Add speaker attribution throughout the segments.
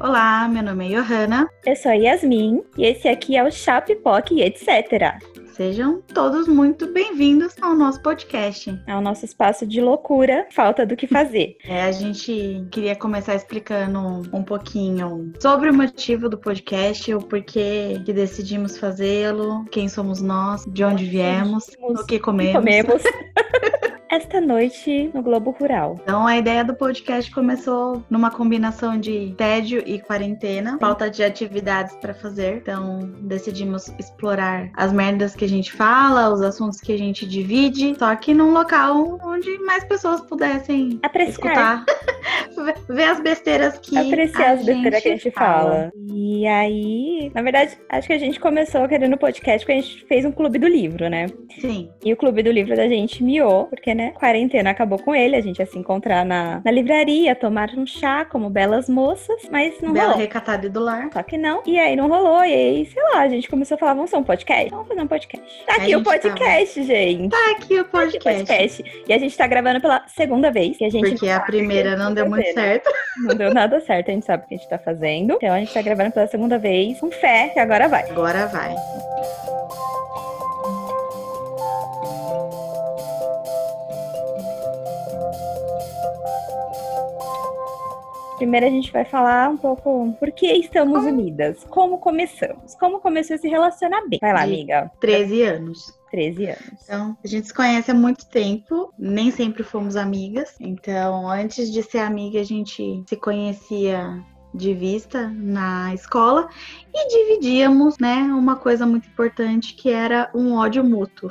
Speaker 1: Olá, meu nome é Johanna.
Speaker 2: Eu sou a Yasmin e esse aqui é o Chá Pipoca e etc.
Speaker 1: Sejam todos muito bem-vindos ao nosso podcast.
Speaker 2: É o nosso espaço de loucura, falta do que fazer.
Speaker 1: É, a gente queria começar explicando um pouquinho sobre o motivo do podcast, o porquê que decidimos fazê-lo, quem somos nós, de onde viemos,
Speaker 2: Decidimos
Speaker 1: o que
Speaker 2: E
Speaker 1: comemos.
Speaker 2: comemos. Esta noite no Globo Rural.
Speaker 1: Então a ideia do podcast começou numa combinação de tédio e quarentena, falta de atividades para fazer. Então decidimos explorar as merdas que a gente fala, os assuntos que a gente divide, só que num local onde mais pessoas pudessem escutar,
Speaker 2: Apreciar.
Speaker 1: ver as besteiras que
Speaker 2: Apreciar
Speaker 1: a
Speaker 2: as besteiras que a gente fala. E aí, na verdade, acho que a gente começou querendo podcast porque a gente fez um clube do livro, né?
Speaker 1: Sim,
Speaker 2: E o clube do livro da gente miou, porque, né, quarentena acabou com ele, a gente ia se encontrar na, na livraria, tomar um chá como belas moças, mas não
Speaker 1: bela
Speaker 2: rolou.
Speaker 1: recatada e do lar.
Speaker 2: Só que não. E aí não rolou. E aí, sei lá, a gente começou a falar, vamos fazer um podcast? Vamos fazer um podcast. Tá
Speaker 1: A
Speaker 2: aqui o
Speaker 1: gente tava-
Speaker 2: podcast, gente.
Speaker 1: Tá aqui o
Speaker 2: Aqui o
Speaker 1: podcast.
Speaker 2: podcast. E a gente tá gravando pela segunda vez. E a gente tá
Speaker 1: Porque a primeira não deu muito certo.
Speaker 2: não deu nada certo, a gente sabe o que a gente tá fazendo. Então a gente tá gravando pela segunda vez. Com fé, que agora vai.
Speaker 1: Agora vai.
Speaker 2: Primeiro a gente vai falar um pouco por que estamos unidas. Como começamos? Como começou esse relacionamento? Vai lá,
Speaker 1: De
Speaker 2: amiga.
Speaker 1: 13 anos.
Speaker 2: 13 anos.
Speaker 1: Então, a gente se conhece há muito tempo, nem sempre fomos amigas. Então, antes de ser amiga, a gente se conhecia de vista na escola e dividíamos, né, uma coisa muito importante que era um ódio mútuo.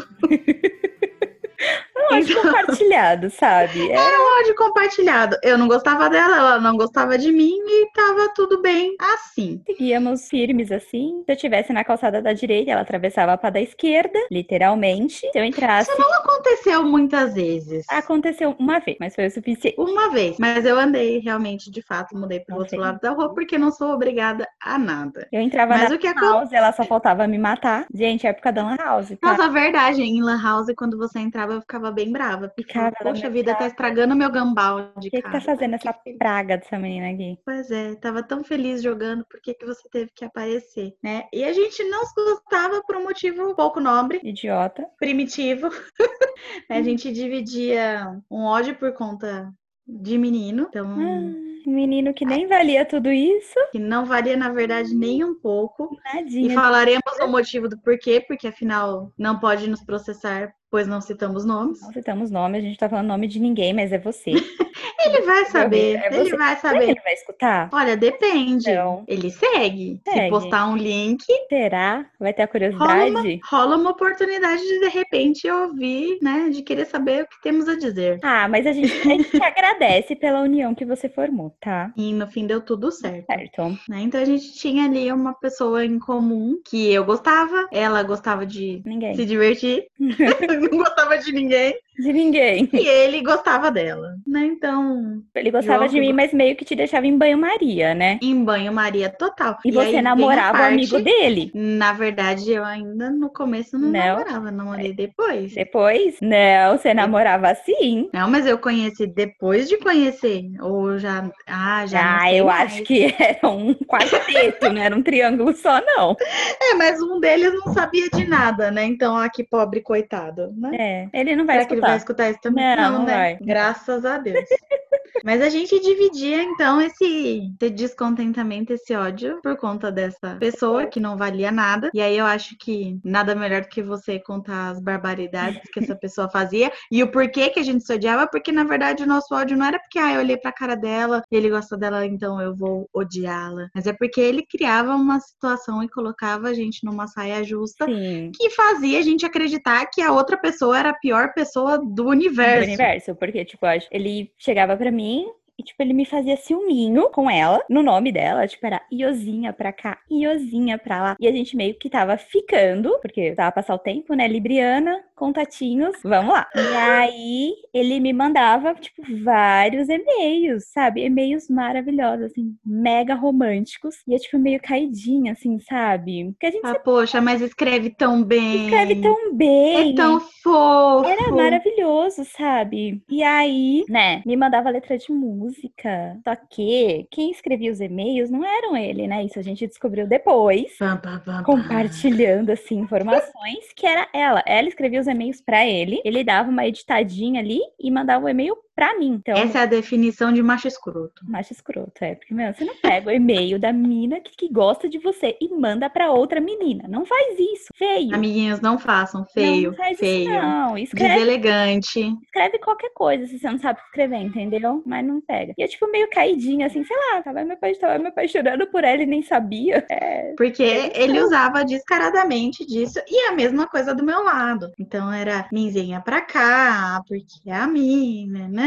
Speaker 2: Não, acho compartilhado, sabe? É,
Speaker 1: Um ódio compartilhado. Eu não gostava dela, ela não gostava de mim e tava tudo bem assim.
Speaker 2: Seguíamos firmes assim. Se eu estivesse na calçada da direita, ela atravessava para da esquerda, literalmente. Se eu entrasse,
Speaker 1: Isso não aconteceu muitas vezes.
Speaker 2: Assim. aconteceu uma vez, mas foi o suficiente.
Speaker 1: Uma vez, mas eu andei realmente, de fato, mudei para o
Speaker 2: Não
Speaker 1: outro
Speaker 2: tem.
Speaker 1: lado da rua porque não sou obrigada a nada.
Speaker 2: Eu entrava
Speaker 1: Mas
Speaker 2: na
Speaker 1: o que aconteceu?
Speaker 2: house, ela só faltava me matar. Gente, é época da Lan House. tá?
Speaker 1: Nossa, verdade, em Lan House, quando você entrava, eu ficava bem brava. Porque,
Speaker 2: Ficava,
Speaker 1: falava, poxa
Speaker 2: né?
Speaker 1: vida, tá estragando meu gambal de
Speaker 2: O que, que
Speaker 1: casa.
Speaker 2: tá fazendo essa praga dessa menina aqui?
Speaker 1: Pois é, tava tão feliz jogando, por que, que você teve que aparecer, né? E a gente não se gostava por um motivo pouco nobre,
Speaker 2: Idiota.
Speaker 1: primitivo. né?
Speaker 2: Hum.
Speaker 1: a gente dividia um ódio por conta de menino, então
Speaker 2: Ah, menino que nem valia tudo isso.
Speaker 1: que não valia, na verdade, nem um pouco. E
Speaker 2: Tadinha.
Speaker 1: falaremos o motivo do porquê, porque afinal não pode nos processar, pois não citamos nomes.
Speaker 2: Não citamos nome, a gente tá falando nome de ninguém, mas é você.
Speaker 1: Ele vai saber,
Speaker 2: é
Speaker 1: ele
Speaker 2: você.
Speaker 1: vai
Speaker 2: Será que
Speaker 1: saber.
Speaker 2: ele vai escutar?
Speaker 1: Olha, depende.
Speaker 2: Então.
Speaker 1: Ele segue.
Speaker 2: Segue.
Speaker 1: Se postar um link,
Speaker 2: Será? Vai ter a curiosidade?
Speaker 1: rola uma oportunidade de de repente eu ouvir, né? De querer saber o que temos a dizer.
Speaker 2: Ah, mas a gente, a gente te agradece pela união que você formou, tá?
Speaker 1: E no fim deu tudo certo.
Speaker 2: Certo.
Speaker 1: né? Então a gente tinha ali uma pessoa em comum que eu gostava, ela gostava de
Speaker 2: Ninguém.
Speaker 1: se divertir, não gostava de ninguém,
Speaker 2: De ninguém.
Speaker 1: e ele gostava dela. Né? Então,
Speaker 2: Ele gostava
Speaker 1: João
Speaker 2: de mim,
Speaker 1: ficou-
Speaker 2: mas meio que te deixava em banho-maria, né?
Speaker 1: em banho-maria total.
Speaker 2: E,
Speaker 1: aí vem
Speaker 2: você
Speaker 1: a
Speaker 2: namorava o
Speaker 1: parte-
Speaker 2: amigo dele.
Speaker 1: Na verdade, eu ainda no começo não,
Speaker 2: Não. É.
Speaker 1: namorava, namorei depois.
Speaker 2: Depois? Não, você namorava assim? sim.
Speaker 1: Não, mas eu conheci depois de conhecer. Ou já. Ah, já. não
Speaker 2: Ah,
Speaker 1: sei
Speaker 2: eu
Speaker 1: mais.
Speaker 2: acho que era um quarteto, não era um triângulo só, não.
Speaker 1: É, mas um deles não sabia de nada, né? Então, ah, que pobre coitado, né?
Speaker 2: É, ele não vai
Speaker 1: Será que ele vai
Speaker 2: escutar.
Speaker 1: escutar isso também?
Speaker 2: Não, não
Speaker 1: né?
Speaker 2: vai.
Speaker 1: Graças a Deus. mas a gente dividia, então, esse, esse descontentamento, esse ódio, por conta dessa pessoa que não valia nada. E aí eu acho que nada melhor do que você contar as barbaridades que essa pessoa fazia e o porquê que a gente se odiava, porque na verdade o nosso ódio não era porque, ah, eu olhei pra cara dela e ele gosta dela, então eu vou odiá-la. Mas é porque ele criava uma situação e colocava a gente numa saia justa
Speaker 2: Sim,
Speaker 1: que fazia a gente acreditar que a outra pessoa era a pior pessoa do
Speaker 2: do
Speaker 1: universo.
Speaker 2: universo. Porque, tipo, acho- ele chegava pra mim e, tipo, ele me fazia ciúminho com ela, no nome dela. Tipo, era Iozinha pra cá, Iozinha pra lá. E a gente meio que tava ficando, porque tava passar o tempo, né? Libriana, contatinhos, vamos lá. E aí, ele me mandava, tipo, vários e-mails, sabe? E-mails maravilhosos, assim, mega românticos. E eu, tipo, meio caidinha, assim, sabe? Porque a gente
Speaker 1: Ah, poxa, mas escreve tão
Speaker 2: se
Speaker 1: bem.
Speaker 2: escreve tão bem.
Speaker 1: É tão fofo.
Speaker 2: Era maravilhoso, sabe? E aí, né, me mandava letra de música música. Só que quem escrevia os e-mails não eram ele, né? Isso a gente descobriu depois.
Speaker 1: Pam, pam, pam, pam.
Speaker 2: Compartilhando, assim, informações, que era ela. Ela escrevia os e-mails pra ele, ele dava uma editadinha ali e mandava o e-mail pra mim. Então,
Speaker 1: Essa é a definição de macho escroto.
Speaker 2: Macho escroto, é. Porque, meu, você não pega o e-mail da mina que, que gosta de você e manda pra outra menina. Não faz isso. Feio.
Speaker 1: Amiguinhos, não façam. Feio,
Speaker 2: não faz isso,
Speaker 1: feio.
Speaker 2: não. Escreve,
Speaker 1: Deselegante.
Speaker 2: escreve qualquer coisa se você não sabe escrever, entendeu? Mas não pega. E eu, tipo, meio caidinha, assim, sei lá, tava me, apa- tava me apaixonando por ela e nem sabia. É,
Speaker 1: Porque ele usava descaradamente disso e é a mesma coisa do meu lado. Então era minzinha pra cá, porque é a mina, nanã.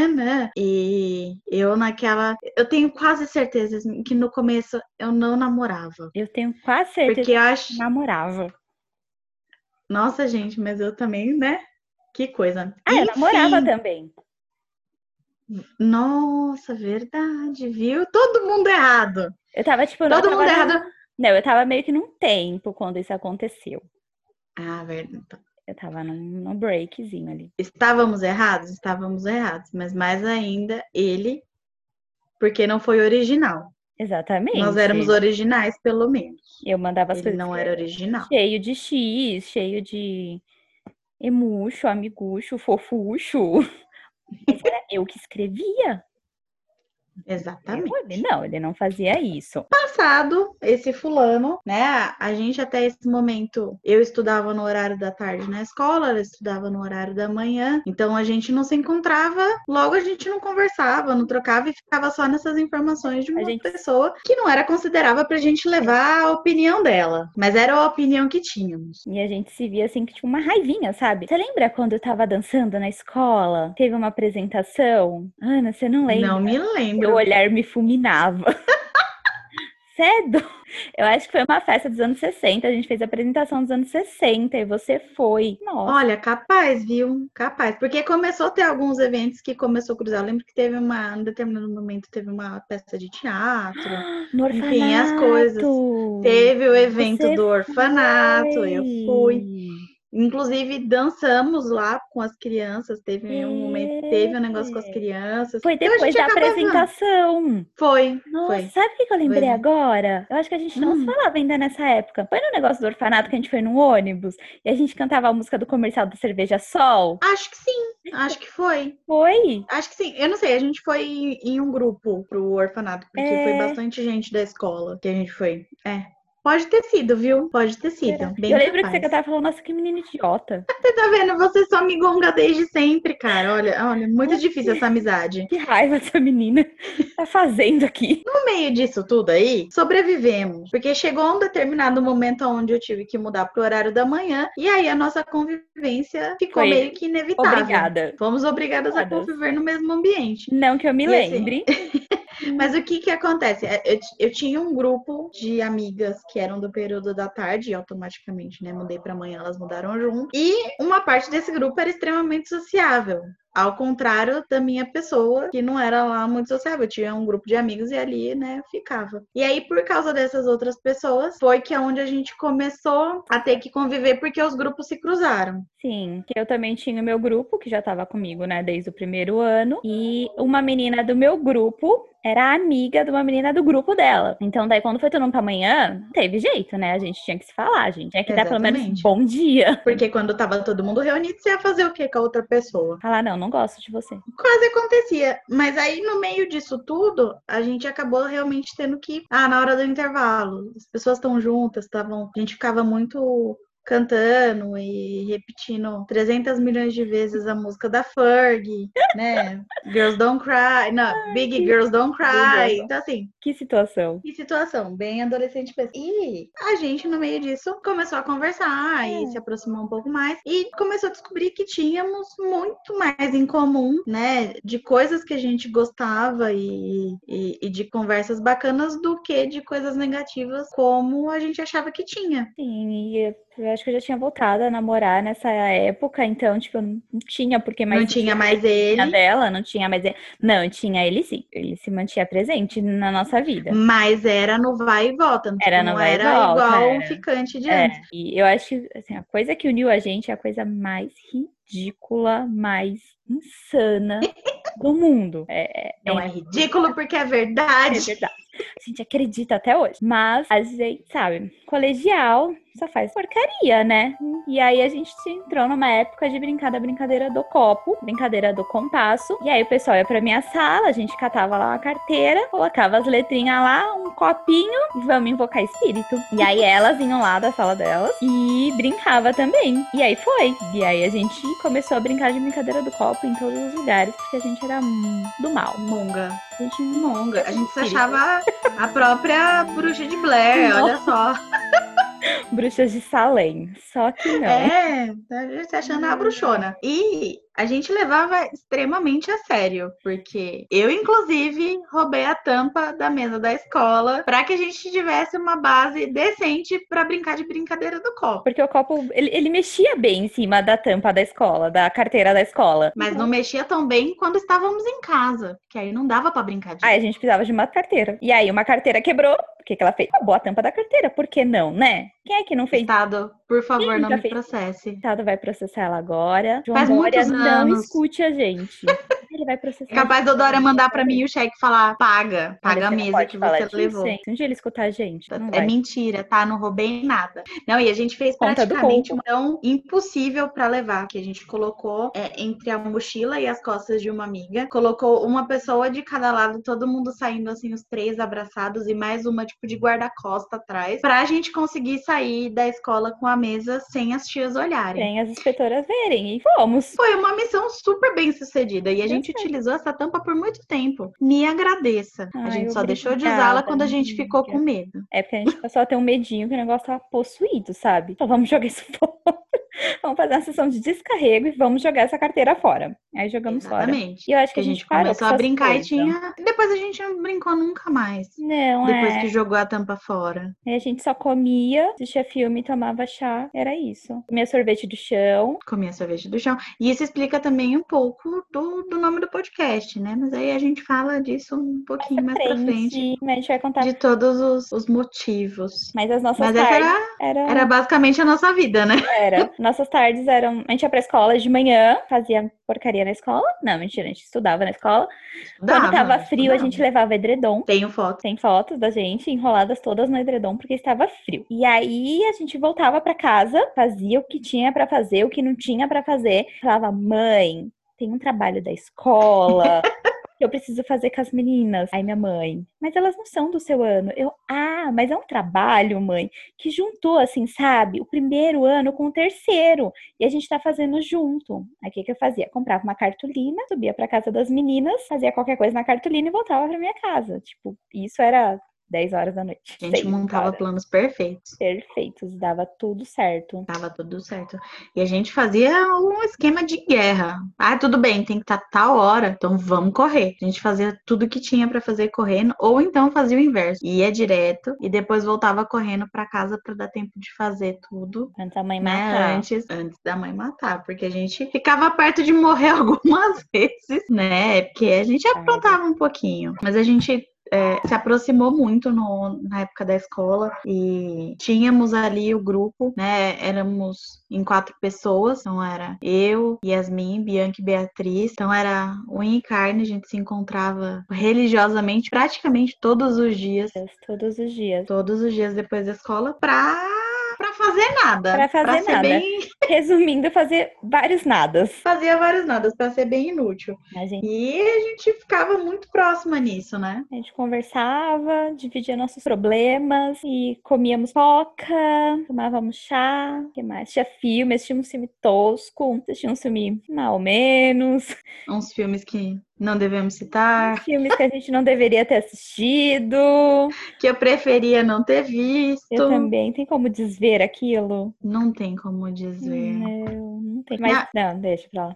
Speaker 1: E eu naquela. Eu tenho quase certeza que no começo eu não namorava.
Speaker 2: eu tenho quase certeza
Speaker 1: Porque eu acho.
Speaker 2: que namorava.
Speaker 1: Nossa, gente, mas eu também, né? Que coisa.
Speaker 2: Ah, eu
Speaker 1: Enfim.
Speaker 2: namorava também.
Speaker 1: Nossa, verdade, viu? Todo mundo errado.
Speaker 2: Eu tava, tipo, eu
Speaker 1: Todo
Speaker 2: tava
Speaker 1: mundo
Speaker 2: na-
Speaker 1: errado.
Speaker 2: Não, eu tava meio que num tempo quando isso aconteceu.
Speaker 1: Ah, verdade.
Speaker 2: Eu tava num, num breakzinho ali.
Speaker 1: Estávamos errados? Estávamos errados, mas mais ainda ele, porque não foi original.
Speaker 2: Exatamente.
Speaker 1: Nós éramos originais, pelo menos.
Speaker 2: Eu mandava as
Speaker 1: ele
Speaker 2: coisas.
Speaker 1: não
Speaker 2: pra
Speaker 1: era original.
Speaker 2: Cheio de X, cheio de emuxo, amiguxo, fofuxo. Mas era eu que escrevia.
Speaker 1: Exatamente.
Speaker 2: Eu, ele não, é ele não fazia isso.
Speaker 1: Passado, esse fulano, né? A gente até esse momento, eu estudava no horário da tarde na escola, ela estudava no horário da manhã. Então a gente não se encontrava, logo a gente não conversava, não trocava e ficava só nessas informações de uma
Speaker 2: gente-
Speaker 1: pessoa que não era considerável pra gente levar a opinião dela. Mas era a opinião que tínhamos.
Speaker 2: E a gente se via assim que tinha uma raivinha, sabe? Você lembra quando eu tava dançando na escola? Teve uma apresentação? Ana, você não lembra?
Speaker 1: Não me
Speaker 2: Meu
Speaker 1: lembro.
Speaker 2: olhar me fulminava. Cedo? Eu acho que foi uma festa dos anos 60. A gente fez a apresentação dos anos 60 e você foi. Nossa.
Speaker 1: Olha, capaz, viu? Capaz. Porque começou a ter alguns eventos que começou a cruzar. Eu lembro que teve uma, em determinado momento, teve uma peça de teatro.
Speaker 2: No
Speaker 1: enfim, as coisas.
Speaker 2: orfanato.
Speaker 1: Teve o evento do orfanato, eu
Speaker 2: Foi.
Speaker 1: fui. Inclusive, dançamos lá com as crianças. Teve um momento, teve um negócio com as
Speaker 2: É.
Speaker 1: crianças.
Speaker 2: Foi
Speaker 1: Então, a
Speaker 2: depois
Speaker 1: gente
Speaker 2: da
Speaker 1: acabava-
Speaker 2: apresentação.
Speaker 1: Foi,
Speaker 2: Nossa,
Speaker 1: foi.
Speaker 2: sabe o que que eu lembrei
Speaker 1: Foi.
Speaker 2: agora? Eu acho que a gente não se
Speaker 1: Hum.
Speaker 2: falava ainda nessa época. Foi no negócio do orfanato que a gente foi num ônibus e a gente cantava a música do comercial da cerveja Sol.
Speaker 1: Acho que sim, acho que foi.
Speaker 2: Foi?
Speaker 1: Acho que sim. Eu não sei, a gente foi em- em um grupo pro orfanato, porque foi
Speaker 2: É.
Speaker 1: bastante gente da escola que a gente foi. É. Pode ter sido, viu? Pode ter sido. Bem
Speaker 2: eu lembro que
Speaker 1: capaz.
Speaker 2: você cantava e falou, nossa, que menino idiota.
Speaker 1: Você tá vendo? Você só me gonga desde sempre, cara. Olha, olha, muito difícil essa amizade.
Speaker 2: Que raiva essa menina tá fazendo aqui.
Speaker 1: No meio disso tudo aí, sobrevivemos. Porque chegou um determinado momento onde eu tive que mudar pro horário da manhã. E aí a nossa convivência ficou
Speaker 2: Foi
Speaker 1: meio que inevitável.
Speaker 2: Obrigada.
Speaker 1: Fomos obrigadas a
Speaker 2: Obrigadas.
Speaker 1: conviver no mesmo ambiente.
Speaker 2: Não que eu me
Speaker 1: E assim,
Speaker 2: lembre.
Speaker 1: Mas o que que acontece? É, Eu, ti- eu tinha um grupo de amigas que eram do período da tarde, e automaticamente, né? Mudei pra manhã, elas mudaram junto. E uma parte desse grupo era extremamente sociável. Ao contrário da minha pessoa, que não era lá muito sociável. Eu tinha um grupo de amigos e ali, né, ficava. E aí, por causa dessas outras pessoas, foi que é onde a gente começou a ter que conviver, porque os grupos se cruzaram.
Speaker 2: Sim, que eu também tinha o meu grupo, que já tava comigo, né, desde o primeiro ano. E uma menina do meu grupo era amiga de uma menina do grupo dela. Então, daí, quando foi todo mundo pra manhã, não teve jeito, né? A gente tinha que se falar, a gente tinha que dar pelo menos
Speaker 1: Exatamente.
Speaker 2: bom dia.
Speaker 1: Porque quando tava todo mundo reunido, você ia fazer o quê com a outra pessoa?
Speaker 2: Falar, não, não gosto de você.
Speaker 1: quase acontecia. Mas aí, no meio disso tudo, a gente acabou realmente tendo que. Ah, na hora do intervalo. As pessoas estão juntas, estavam. A gente ficava muito cantando e repetindo 300 milhões de vezes a música da Ferg, né? Girls Don't Cry, não, Big Girls Don't Cry. Então assim,
Speaker 2: Que situação.
Speaker 1: que situação, bem adolescente mesmo. E a gente, no meio disso, começou a conversar
Speaker 2: É.
Speaker 1: e se aproximou um pouco mais. E começou a descobrir que tínhamos muito mais em comum, né? De coisas que a gente gostava e, e- e de conversas bacanas do que de coisas negativas, como a gente achava que tinha.
Speaker 2: Sim, e eu acho que eu já tinha voltado a namorar nessa época, então, tipo, eu não não tinha porque mais
Speaker 1: Não tinha mais ele.
Speaker 2: a dela, não tinha mais ele. Não, tinha ele sim. Ele se mantinha presente na nossa vida.
Speaker 1: Mas era no vai e volta.
Speaker 2: Era no
Speaker 1: não
Speaker 2: vai e
Speaker 1: era
Speaker 2: volta,
Speaker 1: igual um
Speaker 2: era.
Speaker 1: ficante de
Speaker 2: É,
Speaker 1: antes.
Speaker 2: e eu acho que assim, a coisa que uniu a gente é a coisa mais ridícula, mais insana, do mundo. É, é,
Speaker 1: Não é ridículo porque é verdade.
Speaker 2: é verdade. A gente acredita até hoje. Mas a gente, sabe, colegial só faz porcaria, né? E aí a gente entrou numa época de brincar da brincadeira do copo, brincadeira do compasso. E aí o pessoal ia pra minha sala, a gente catava lá uma carteira, colocava as letrinhas lá, um copinho e vamos invocar espírito. E aí elas vinham lá da sala delas e brincava também. E aí foi. E aí a gente começou a brincar de brincadeira do copo em todos os lugares, porque a gente era hum, do mal.
Speaker 1: Monga,
Speaker 2: A gente
Speaker 1: monga. A gente se achava a própria bruxa de Blair, olha só.
Speaker 2: Bruxas de Salem. Só que não.
Speaker 1: É, a gente se achando a bruxona. E a gente levava extremamente a sério, porque eu, inclusive, roubei a tampa da mesa da escola para que a gente tivesse uma base decente para brincar de brincadeira do copo.
Speaker 2: Porque o copo, ele, ele mexia bem em cima da tampa da escola, da carteira da escola.
Speaker 1: Mas não mexia tão bem quando estávamos em casa, porque aí não dava para brincar de
Speaker 2: Aí a gente precisava de uma carteira. E aí uma carteira quebrou. O que, que ela fez? Acabou a tampa da carteira. Por que não, né? Quem é que não fez?
Speaker 1: Estado, por favor,
Speaker 2: Sim,
Speaker 1: não
Speaker 2: já
Speaker 1: me
Speaker 2: fez.
Speaker 1: processe.
Speaker 2: Estado vai processar ela agora. João
Speaker 1: Faz
Speaker 2: Dória,
Speaker 1: muitos
Speaker 2: não
Speaker 1: anos.
Speaker 2: escute a gente. Ele vai processar.
Speaker 1: É capaz do Dora mandar para mim o cheque e falar: paga, paga a
Speaker 2: Olha, você não
Speaker 1: mesa
Speaker 2: pode
Speaker 1: que
Speaker 2: falar
Speaker 1: você
Speaker 2: disso,
Speaker 1: levou.
Speaker 2: hein? Se um dia ele escutar a gente, não
Speaker 1: É
Speaker 2: vai.
Speaker 1: mentira, tá? Não roubei nada. Não, e a gente fez
Speaker 2: Conta do
Speaker 1: praticamente um tão impossível pra levar, que a gente colocou é, entre a mochila e as costas de uma amiga, colocou uma pessoa de cada lado, todo mundo saindo assim, os três abraçados e mais uma tipo de guarda-costa atrás, pra gente conseguir sair da escola com a mesa sem as tias olharem.
Speaker 2: Tem as inspetoras verem. E vamos.
Speaker 1: Foi uma missão super bem sucedida e a gente
Speaker 2: Perfeito.
Speaker 1: utilizou essa tampa por muito tempo. Me agradeça. a
Speaker 2: Ai,
Speaker 1: gente só deixou de
Speaker 2: obrigada,
Speaker 1: usá-la quando a gente ficou
Speaker 2: amiga.
Speaker 1: com medo.
Speaker 2: É porque a gente passou a ter um medinho que o negócio tava possuído, sabe? Então vamos jogar isso fora. Vamos fazer uma sessão de descarrego e vamos jogar essa carteira fora. Aí jogamos fora.
Speaker 1: Exatamente.
Speaker 2: E eu acho que
Speaker 1: que
Speaker 2: a gente, parou
Speaker 1: começou
Speaker 2: com
Speaker 1: a
Speaker 2: essas
Speaker 1: brincar
Speaker 2: coisas.
Speaker 1: e tinha. Depois a gente não brincou nunca mais.
Speaker 2: Não,
Speaker 1: Depois
Speaker 2: é.
Speaker 1: que jogou a tampa fora.
Speaker 2: Aí A gente só comia, assistia filme, tomava chá, era isso. Comia sorvete do chão.
Speaker 1: Comia sorvete do chão. E isso explica também um pouco do, do nome do podcast, né? Mas aí a gente fala disso um pouquinho mais pra frente.
Speaker 2: Frente, Tá mas a gente vai contar.
Speaker 1: De todos os, os motivos.
Speaker 2: Mas as nossas
Speaker 1: Mas essa
Speaker 2: tardes
Speaker 1: era,
Speaker 2: eram.
Speaker 1: era basicamente a nossa vida, né?
Speaker 2: Era. Nossas tardes eram. A gente ia pra escola de manhã, fazia porcaria na escola. Não, mentira, a gente estudava na escola. Quando
Speaker 1: Dava,
Speaker 2: tava frio, a
Speaker 1: dava. um
Speaker 2: gente levava edredom.
Speaker 1: Tenho foto.
Speaker 2: Tem fotos da gente enroladas todas no edredom porque estava frio. E aí a gente voltava pra casa, fazia o que tinha pra fazer, o que não tinha pra fazer. Falava, mãe, tem um trabalho da escola. que Eu preciso fazer com as meninas. Aí minha mãe, mas elas não são do seu ano. Eu, ah, mas é um trabalho, mãe, que juntou, assim, sabe, o primeiro ano com o terceiro. E a gente tá fazendo junto. Aí o que, que eu fazia? Comprava uma cartolina, subia pra casa das meninas, fazia qualquer coisa na cartolina e voltava pra minha casa. Tipo, isso era 10 horas da noite.
Speaker 1: A gente
Speaker 2: seis
Speaker 1: montava
Speaker 2: horas.
Speaker 1: planos perfeitos.
Speaker 2: Perfeitos, dava tudo certo.
Speaker 1: Tava tudo certo. E a gente fazia um esquema de guerra. Ah, tudo bem, tem que estar tal hora, então vamos correr. A gente fazia tudo que tinha pra fazer correndo, ou então fazia o inverso. Ia direto e depois voltava correndo pra casa pra dar tempo de fazer tudo.
Speaker 2: Antes a mãe
Speaker 1: Né,
Speaker 2: matar.
Speaker 1: antes, antes da mãe matar, porque a gente ficava perto de morrer algumas vezes, né? Porque a gente aprontava um pouquinho, mas a gente é, se aproximou muito no- na época da escola e tínhamos ali o grupo, né? Éramos em quatro pessoas, então era eu, Yasmin, Bianca e Beatriz. Então era unha e carne, a gente se encontrava religiosamente, praticamente todos os dias,
Speaker 2: Deus, Todos os dias.
Speaker 1: todos os dias depois da escola, pra, pra fazer nada.
Speaker 2: Pra fazer
Speaker 1: ser
Speaker 2: nada.
Speaker 1: bem-
Speaker 2: Resumindo, fazer vários nadas.
Speaker 1: fazia vários nadas, pra ser bem inútil.
Speaker 2: A gente
Speaker 1: E a gente ficava muito próxima nisso, né?
Speaker 2: A gente conversava, dividia nossos problemas e comíamos poca, tomávamos chá, o que mais? Tinha filme, assistia um filme tosco, assistia um filme mal menos,
Speaker 1: Uns filmes que não devemos
Speaker 2: uns
Speaker 1: citar.
Speaker 2: filmes que a gente não deveria ter assistido.
Speaker 1: que eu preferia não ter visto.
Speaker 2: Eu também, tem como desver aquilo?
Speaker 1: Não tem como dizer.
Speaker 2: Hum. Não, não tem. Mas não, deixa pra lá.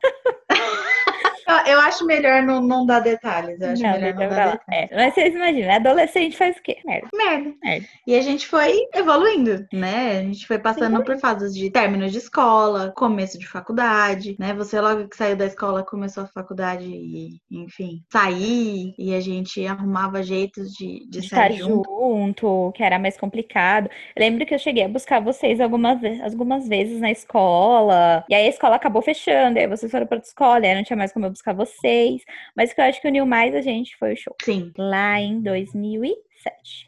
Speaker 1: Eu, eu acho melhor não, não dar detalhes. Eu acho
Speaker 2: Não,
Speaker 1: melhor
Speaker 2: deixa
Speaker 1: não
Speaker 2: pra
Speaker 1: dar
Speaker 2: lá.
Speaker 1: detalhes.
Speaker 2: É, mas vocês imaginam, adolescente faz o quê? É, Merda.
Speaker 1: Merda.
Speaker 2: Merda.
Speaker 1: E a gente foi evoluindo, né? A gente foi passando por fases de términos de escola, começo de faculdade, né? Você logo que saiu da escola começou a faculdade e, enfim, sair e a gente arrumava jeitos de, de,
Speaker 2: De tá estar
Speaker 1: sair junto.
Speaker 2: junto, que era mais complicado. Eu Lembro que eu cheguei a buscar vocês algumas, ve- algumas vezes na escola, e aí a escola acabou fechando, e aí vocês foram para outra escola, e aí não tinha mais como eu buscar vocês. Mas o que eu acho que uniu mais a gente foi o show.
Speaker 1: Sim.
Speaker 2: Lá em 2007.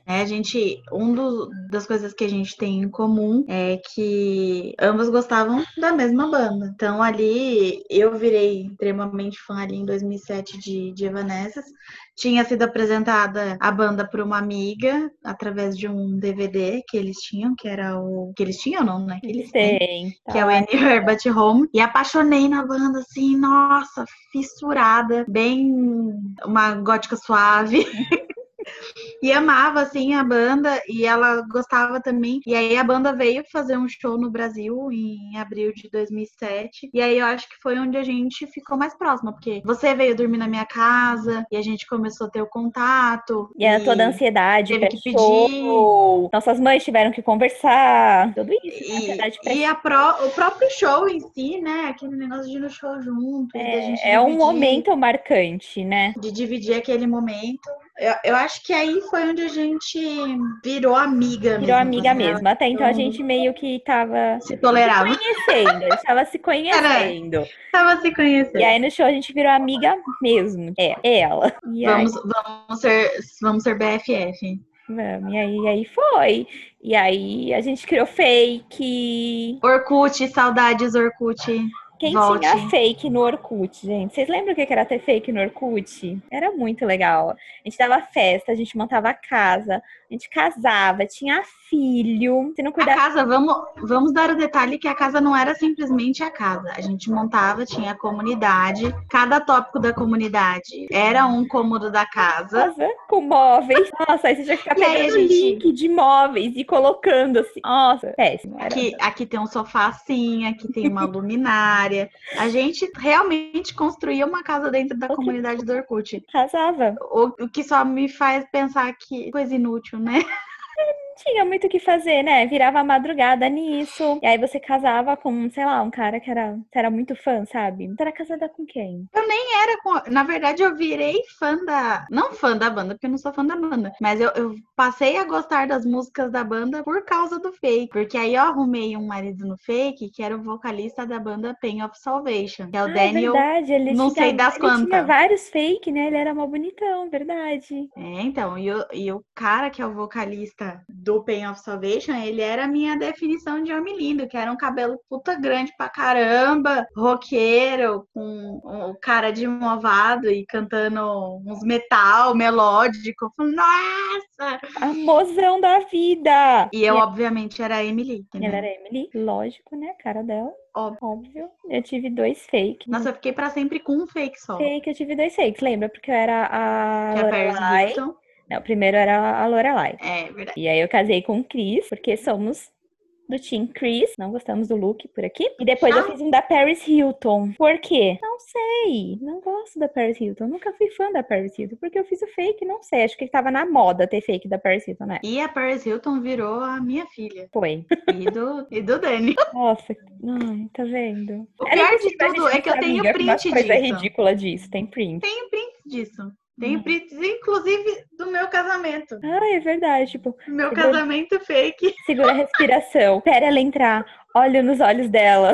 Speaker 1: É, a gente, um dos, das coisas que a gente tem em comum é que ambos gostavam da mesma banda. Então ali eu virei extremamente fã ali em 2007 de, de Evanescence. Tinha sido apresentada a banda por uma amiga através de um DVD que eles tinham, que era o que eles tinham não, né? Que eles têm,
Speaker 2: Tem. tá.
Speaker 1: que é o Anywhere But Home. E apaixonei na banda assim, nossa, fissurada, bem uma gótica suave. E amava, assim, a banda e ela gostava também. E aí a banda veio fazer um show no Brasil em abril de 2007. E aí eu acho que foi onde a gente ficou mais próxima, porque você veio dormir na minha casa e a gente começou a ter o contato.
Speaker 2: E a toda a ansiedade
Speaker 1: teve
Speaker 2: pra
Speaker 1: que
Speaker 2: show. Nossas mães tiveram que conversar. Tudo isso. né? ansiedade pra
Speaker 1: E, e a pró- o próprio show em si, né? Aquele negócio de ir no show junto. da gente
Speaker 2: É, é um
Speaker 1: dividir.
Speaker 2: momento marcante, né?
Speaker 1: de dividir aquele momento. Eu, eu acho que aí foi onde a gente virou amiga
Speaker 2: Virou amiga
Speaker 1: assim,
Speaker 2: mesmo. Até então a
Speaker 1: então-
Speaker 2: gente meio que tava
Speaker 1: Se tolerava.
Speaker 2: se conhecendo. Estava se conhecendo.
Speaker 1: Tava se conhecendo.
Speaker 2: E aí no show a gente virou amiga mesmo. É, ela. E aí,
Speaker 1: Vamos, vamos, ser, vamos ser BFF.
Speaker 2: vamos. E aí, aí foi. E aí a gente criou fake.
Speaker 1: Orkut, saudades, Orkut.
Speaker 2: Quem
Speaker 1: Volte.
Speaker 2: tinha fake no Orkut, gente? Vocês lembram o que que era ter fake no Orkut? Era muito legal. A gente dava festa, a gente montava casa, a gente casava, tinha filho. Se não
Speaker 1: A
Speaker 2: cuidava
Speaker 1: casa, vamos, vamos dar o detalhe que a casa não era simplesmente a casa. A gente montava, tinha a comunidade. Cada tópico da comunidade era um cômodo da casa.
Speaker 2: casa com móveis. Nossa, aí você tinha que ficar
Speaker 1: E aí a
Speaker 2: pegando
Speaker 1: gente-
Speaker 2: link de móveis e colocando assim. Nossa, péssimo. Era...
Speaker 1: Aqui, aqui tem um sofá assim, aqui tem uma luminária. A gente realmente construía uma casa dentro da comunidade do Orkut.
Speaker 2: Casava.
Speaker 1: O, o que só me faz pensar que coisa inútil, né?
Speaker 2: Não tinha muito o que fazer, né? Virava a madrugada nisso. E aí você casava com, sei lá, um cara que era, você era muito fã, sabe? Você era casada com quem?
Speaker 1: era com- Na verdade, eu virei fã da. Não fã da banda, porque eu não sou fã da banda. Mas eu, eu passei a gostar das músicas da banda por causa do fake. Porque aí eu arrumei um marido no fake, que era o vocalista da banda Pain of Salvation, que é o
Speaker 2: Ah, é
Speaker 1: Daniel.
Speaker 2: verdade, ele
Speaker 1: não
Speaker 2: tinha,
Speaker 1: sei das
Speaker 2: ele tinha
Speaker 1: quantas.
Speaker 2: vários fake, né? Ele era mó bonitão, verdade.
Speaker 1: É, então, e o, e o cara que é o vocalista do Pain of Salvation, ele era a minha definição de homem lindo, que era um cabelo puta grande pra caramba, roqueiro, com o cara de movado e cantando uns metal melódico. Eu falei, Nossa!
Speaker 2: A mozão da vida!
Speaker 1: E eu, obviamente, era a Emily.
Speaker 2: E
Speaker 1: né?
Speaker 2: é- Ela era Emily, lógico, né? A cara dela.
Speaker 1: Óbvio.
Speaker 2: Óbvio. Eu tive dois fake.
Speaker 1: Nossa, eu fiquei pra sempre com um fake só. Que
Speaker 2: Fake, eu tive dois fakes, lembra? Porque eu era a
Speaker 1: é a Paris
Speaker 2: Lorelai.
Speaker 1: Hilton.
Speaker 2: Não, o primeiro era a Lorelai.
Speaker 1: É, verdade.
Speaker 2: E aí eu casei com o Chris, porque somos do Team Chris. Não gostamos do look por aqui. E depois eu
Speaker 1: Ah.
Speaker 2: fiz um da Paris Hilton. Por quê? Não sei. Não gosto da Paris Hilton. Nunca fui fã da Paris Hilton. Porque eu fiz o fake, não sei. Acho que tava na moda ter fake da Paris Hilton, né?
Speaker 1: E a Paris Hilton virou a minha filha.
Speaker 2: Foi.
Speaker 1: E do, e do Dani.
Speaker 2: Nossa, ai, tá vendo?
Speaker 1: O
Speaker 2: Era
Speaker 1: pior de
Speaker 2: impossível a gente
Speaker 1: tudo é
Speaker 2: não
Speaker 1: que eu
Speaker 2: ser
Speaker 1: tenho
Speaker 2: amiga,
Speaker 1: print
Speaker 2: uma coisa
Speaker 1: disso.
Speaker 2: ridícula disso, tem print.
Speaker 1: Tenho prints disso.
Speaker 2: Hum.
Speaker 1: Tenho prints, inclusive, do meu casamento.
Speaker 2: Ah, é verdade, tipo,
Speaker 1: Meu
Speaker 2: Que
Speaker 1: casamento fake.
Speaker 2: segura a respiração, espera ela entrar, olha nos olhos dela.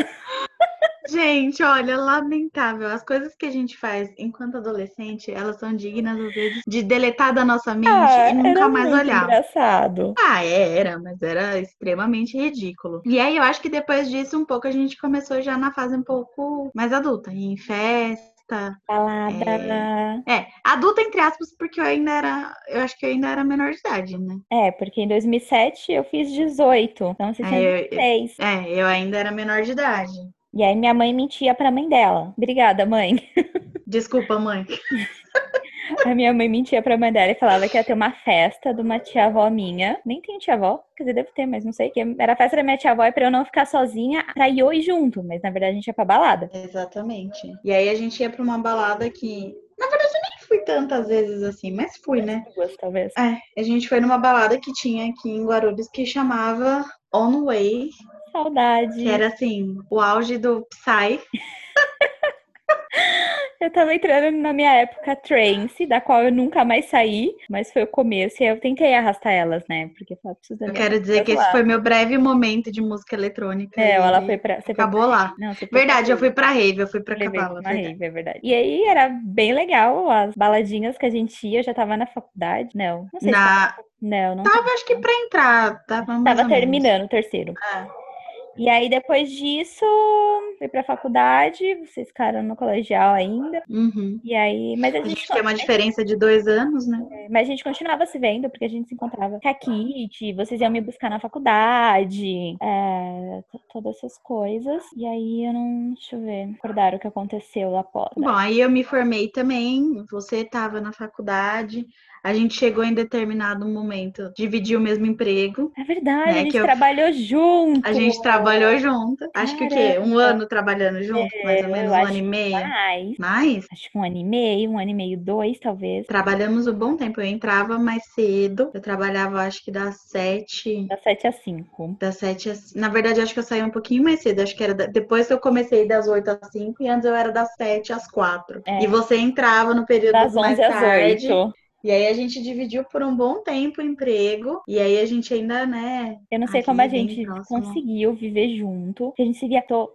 Speaker 1: Gente, olha, lamentável. As coisas que a gente faz enquanto adolescente, elas são dignas, às vezes, de deletar da nossa mente
Speaker 2: Ah,
Speaker 1: e nunca
Speaker 2: era
Speaker 1: mais
Speaker 2: muito
Speaker 1: olhar.
Speaker 2: engraçado.
Speaker 1: Ah, é, era, mas era extremamente ridículo. E aí eu acho que depois disso, um pouco, a gente começou já na fase um pouco mais adulta, em festa.
Speaker 2: Balada.
Speaker 1: É, adulta entre aspas, porque eu ainda era, eu acho que eu ainda era menor de idade, né?
Speaker 2: É. porque em 2007 eu fiz 18, então você tinha
Speaker 1: É, eu-
Speaker 2: 16.
Speaker 1: É, eu ainda era menor de idade.
Speaker 2: E aí minha mãe mentia pra mãe dela. Obrigada, mãe.
Speaker 1: Desculpa, mãe.
Speaker 2: A minha mãe mentia pra mãe dela e falava que ia ter uma festa de uma tia-avó minha. Nem tem tia-avó, quer dizer, devo ter, mas não sei. Que era a festa da minha tia-avó e pra eu não ficar sozinha, pra Iô ir junto. Mas na verdade a gente ia pra balada.
Speaker 1: Exatamente. E aí a gente ia pra uma balada que. Na verdade, eu nem fui tantas vezes assim, mas fui, né?
Speaker 2: Duas, talvez.
Speaker 1: É, a gente foi numa balada que tinha aqui em Guarulhos que chamava On Way, que
Speaker 2: Saudade.
Speaker 1: era assim, o auge do Psy.
Speaker 2: Eu tava entrando na minha época trance, da qual eu nunca mais saí, mas foi o começo e eu tentei arrastar elas, né? Porque eu falei, preciso da
Speaker 1: Eu
Speaker 2: minha
Speaker 1: quero dizer
Speaker 2: música
Speaker 1: que
Speaker 2: lá.
Speaker 1: esse foi meu breve momento de música eletrônica.
Speaker 2: É,
Speaker 1: e
Speaker 2: ela foi pra. Você
Speaker 1: Acabou
Speaker 2: foi pra...
Speaker 1: lá.
Speaker 2: Não, você foi
Speaker 1: Verdade,
Speaker 2: pra-
Speaker 1: eu fui pra rave, eu fui pra
Speaker 2: Levei
Speaker 1: Cabala.
Speaker 2: pra
Speaker 1: verdade.
Speaker 2: rave, é verdade. E aí era bem legal as baladinhas que a gente ia, eu já tava na faculdade. Não, não sei se
Speaker 1: Na-
Speaker 2: tava- Não, não
Speaker 1: Tava, acho que pra entrar. Tava, mais
Speaker 2: Tava
Speaker 1: ou menos.
Speaker 2: terminando o terceiro.
Speaker 1: É.
Speaker 2: E aí, depois disso, fui pra faculdade, vocês ficaram no colegial ainda.
Speaker 1: Uhum.
Speaker 2: E aí, mas a
Speaker 1: A
Speaker 2: gente,
Speaker 1: gente tem uma diferença de dois anos, né?
Speaker 2: mas a gente continuava se vendo, porque a gente se encontrava caquite, vocês iam me buscar na faculdade, é, t- todas essas coisas. E aí eu não. Deixa eu ver. Acordaram o que aconteceu lá fora.
Speaker 1: Bom, aí eu me formei também, você estava na faculdade, a gente chegou em determinado momento, dividiu o mesmo emprego,
Speaker 2: É verdade,
Speaker 1: né,
Speaker 2: a gente
Speaker 1: que eu-
Speaker 2: trabalhou junto. um
Speaker 1: a gente trabalhou junto, acho que o quê? Um
Speaker 2: Caramba.
Speaker 1: ano trabalhando junto, mais ou
Speaker 2: É, eu
Speaker 1: menos um ano
Speaker 2: acho
Speaker 1: e meio.
Speaker 2: mais.
Speaker 1: Mas
Speaker 2: Acho que um ano e meio, um ano e meio, dois, talvez.
Speaker 1: trabalhamos um bom tempo, eu entrava mais cedo, eu trabalhava acho que das sete.
Speaker 2: Da 7 a 5.
Speaker 1: Das sete às... Na verdade, acho que eu saí um pouquinho mais cedo. Acho que era da- depois que eu comecei das 8 às 5 e antes eu era das 7 às 4.
Speaker 2: É.
Speaker 1: E você entrava no período
Speaker 2: Das
Speaker 1: um mais
Speaker 2: 11 às
Speaker 1: tarde.
Speaker 2: 8.
Speaker 1: E aí a gente dividiu por um bom tempo o emprego. E aí a gente ainda, né?
Speaker 2: Eu não sei
Speaker 1: Aqui
Speaker 2: como a
Speaker 1: bem
Speaker 2: gente
Speaker 1: próximo.
Speaker 2: conseguiu viver junto. porque A gente se via todo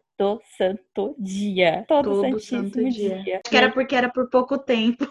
Speaker 2: santo dia. Todo,
Speaker 1: Todo
Speaker 2: santíssimo
Speaker 1: santo dia. Acho que
Speaker 2: E
Speaker 1: era porque era por pouco tempo.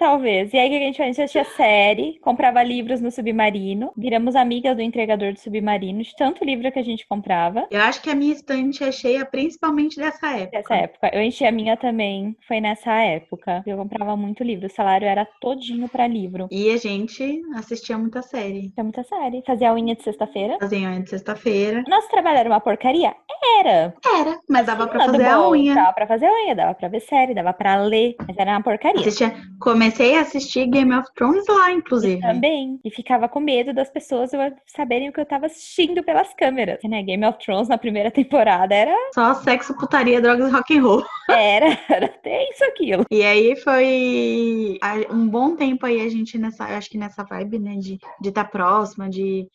Speaker 2: Talvez. E aí o que a gente fazia? A gente assistia série, comprava livros no submarino. Viramos amigas do entregador do submarino, de tanto livro que a gente comprava.
Speaker 1: Eu acho que a minha estante é cheia principalmente dessa época.
Speaker 2: Nessa época. Eu enchi a minha também, foi nessa época. Eu comprava muito livro. O salário era todinho pra livro.
Speaker 1: E a gente assistia muita série.
Speaker 2: Tinha muita série. Fazia a unha de sexta-feira.
Speaker 1: Fazia unha de sexta-feira.
Speaker 2: O Nosso trabalho era uma porcaria? Era.
Speaker 1: Era, tá. mas dava
Speaker 2: Tinha
Speaker 1: pra
Speaker 2: um lado
Speaker 1: fazer a
Speaker 2: bom,
Speaker 1: unha.
Speaker 2: Dava pra fazer a unha, dava pra ver série, dava pra ler, mas era uma porcaria.
Speaker 1: Assistia- comecei a assistir Game of Thrones lá, inclusive.
Speaker 2: Também. E ficava com medo das pessoas eu- saberem o que eu tava assistindo pelas câmeras. Porque, Né? Game of Thrones na primeira temporada era.
Speaker 1: Só sexo, putaria, drogas e rock and roll.
Speaker 2: Era, era tenso aquilo.
Speaker 1: E aí foi a- um bom tempo aí a gente nessa, acho que nessa vibe, né, de de estar próxima, de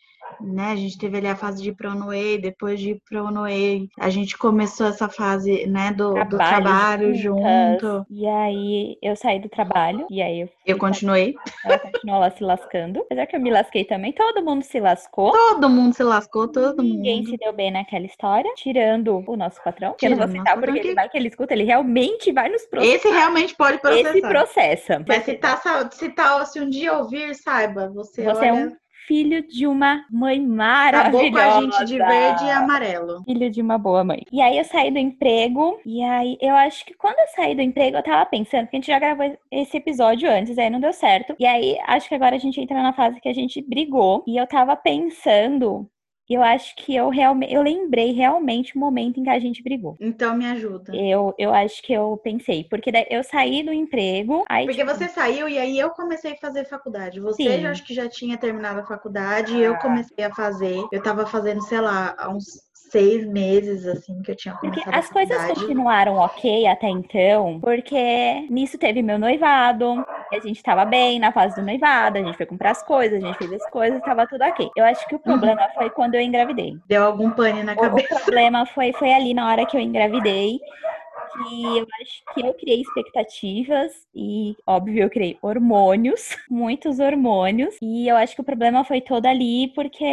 Speaker 1: né, a gente teve ali a fase de ir pro Noé, depois de ir pro Noé, a gente começou essa fase, né, do, do trabalho
Speaker 2: Trabalhos juntas.
Speaker 1: junto.
Speaker 2: E aí eu saí do trabalho. E aí eu,
Speaker 1: Eu continuei.
Speaker 2: ela continuou lá se lascando. Apesar que eu me lasquei também, todo mundo se lascou.
Speaker 1: Todo mundo se lascou, todo
Speaker 2: Ninguém
Speaker 1: mundo.
Speaker 2: se deu bem naquela história, tirando o nosso patrão, que eu não vou
Speaker 1: Tirando o nosso
Speaker 2: citar porque
Speaker 1: patrão
Speaker 2: ele
Speaker 1: que-
Speaker 2: vai que ele escuta, ele realmente vai nos processar.
Speaker 1: Esse realmente pode
Speaker 2: Esse
Speaker 1: processar.
Speaker 2: processa.
Speaker 1: Mas se tá, sa- se tá, se um dia ouvir, saiba, você,
Speaker 2: Você é
Speaker 1: olha,
Speaker 2: um filho de uma mãe maravilhosa.
Speaker 1: acabou com a gente de verde e amarelo.
Speaker 2: Filho de uma boa mãe. E aí eu saí do emprego. E aí eu acho que quando eu saí do emprego, eu tava pensando, porque a gente já gravou esse episódio antes, aí não deu certo. E aí acho que agora a gente entra na fase que a gente brigou. E eu tava pensando. Eu acho que eu realmente. Eu lembrei realmente o momento em que a gente brigou.
Speaker 1: Então me ajuda.
Speaker 2: Eu, eu acho que eu pensei. Porque daí eu saí do emprego. Aí,
Speaker 1: Porque
Speaker 2: tipo,
Speaker 1: você saiu e aí eu comecei a fazer faculdade. Você
Speaker 2: Sim.
Speaker 1: já acho que já tinha terminado a faculdade e eu
Speaker 2: Ah.
Speaker 1: comecei a fazer. Eu tava fazendo, sei lá, há uns seis meses assim que eu tinha
Speaker 2: Porque
Speaker 1: começado
Speaker 2: as
Speaker 1: a
Speaker 2: coisas
Speaker 1: faculdade.
Speaker 2: continuaram ok até então, porque nisso teve meu noivado, e a gente tava bem na fase do noivado, a gente foi comprar as coisas, a gente fez as coisas, tava tudo ok. Eu acho que o problema foi quando eu engravidei.
Speaker 1: Deu algum pane na
Speaker 2: O, o
Speaker 1: cabeça.
Speaker 2: problema foi, foi ali na hora que eu engravidei, que eu acho que eu criei expectativas e, óbvio, eu criei hormônios, muitos hormônios. E eu acho que o problema foi todo ali, porque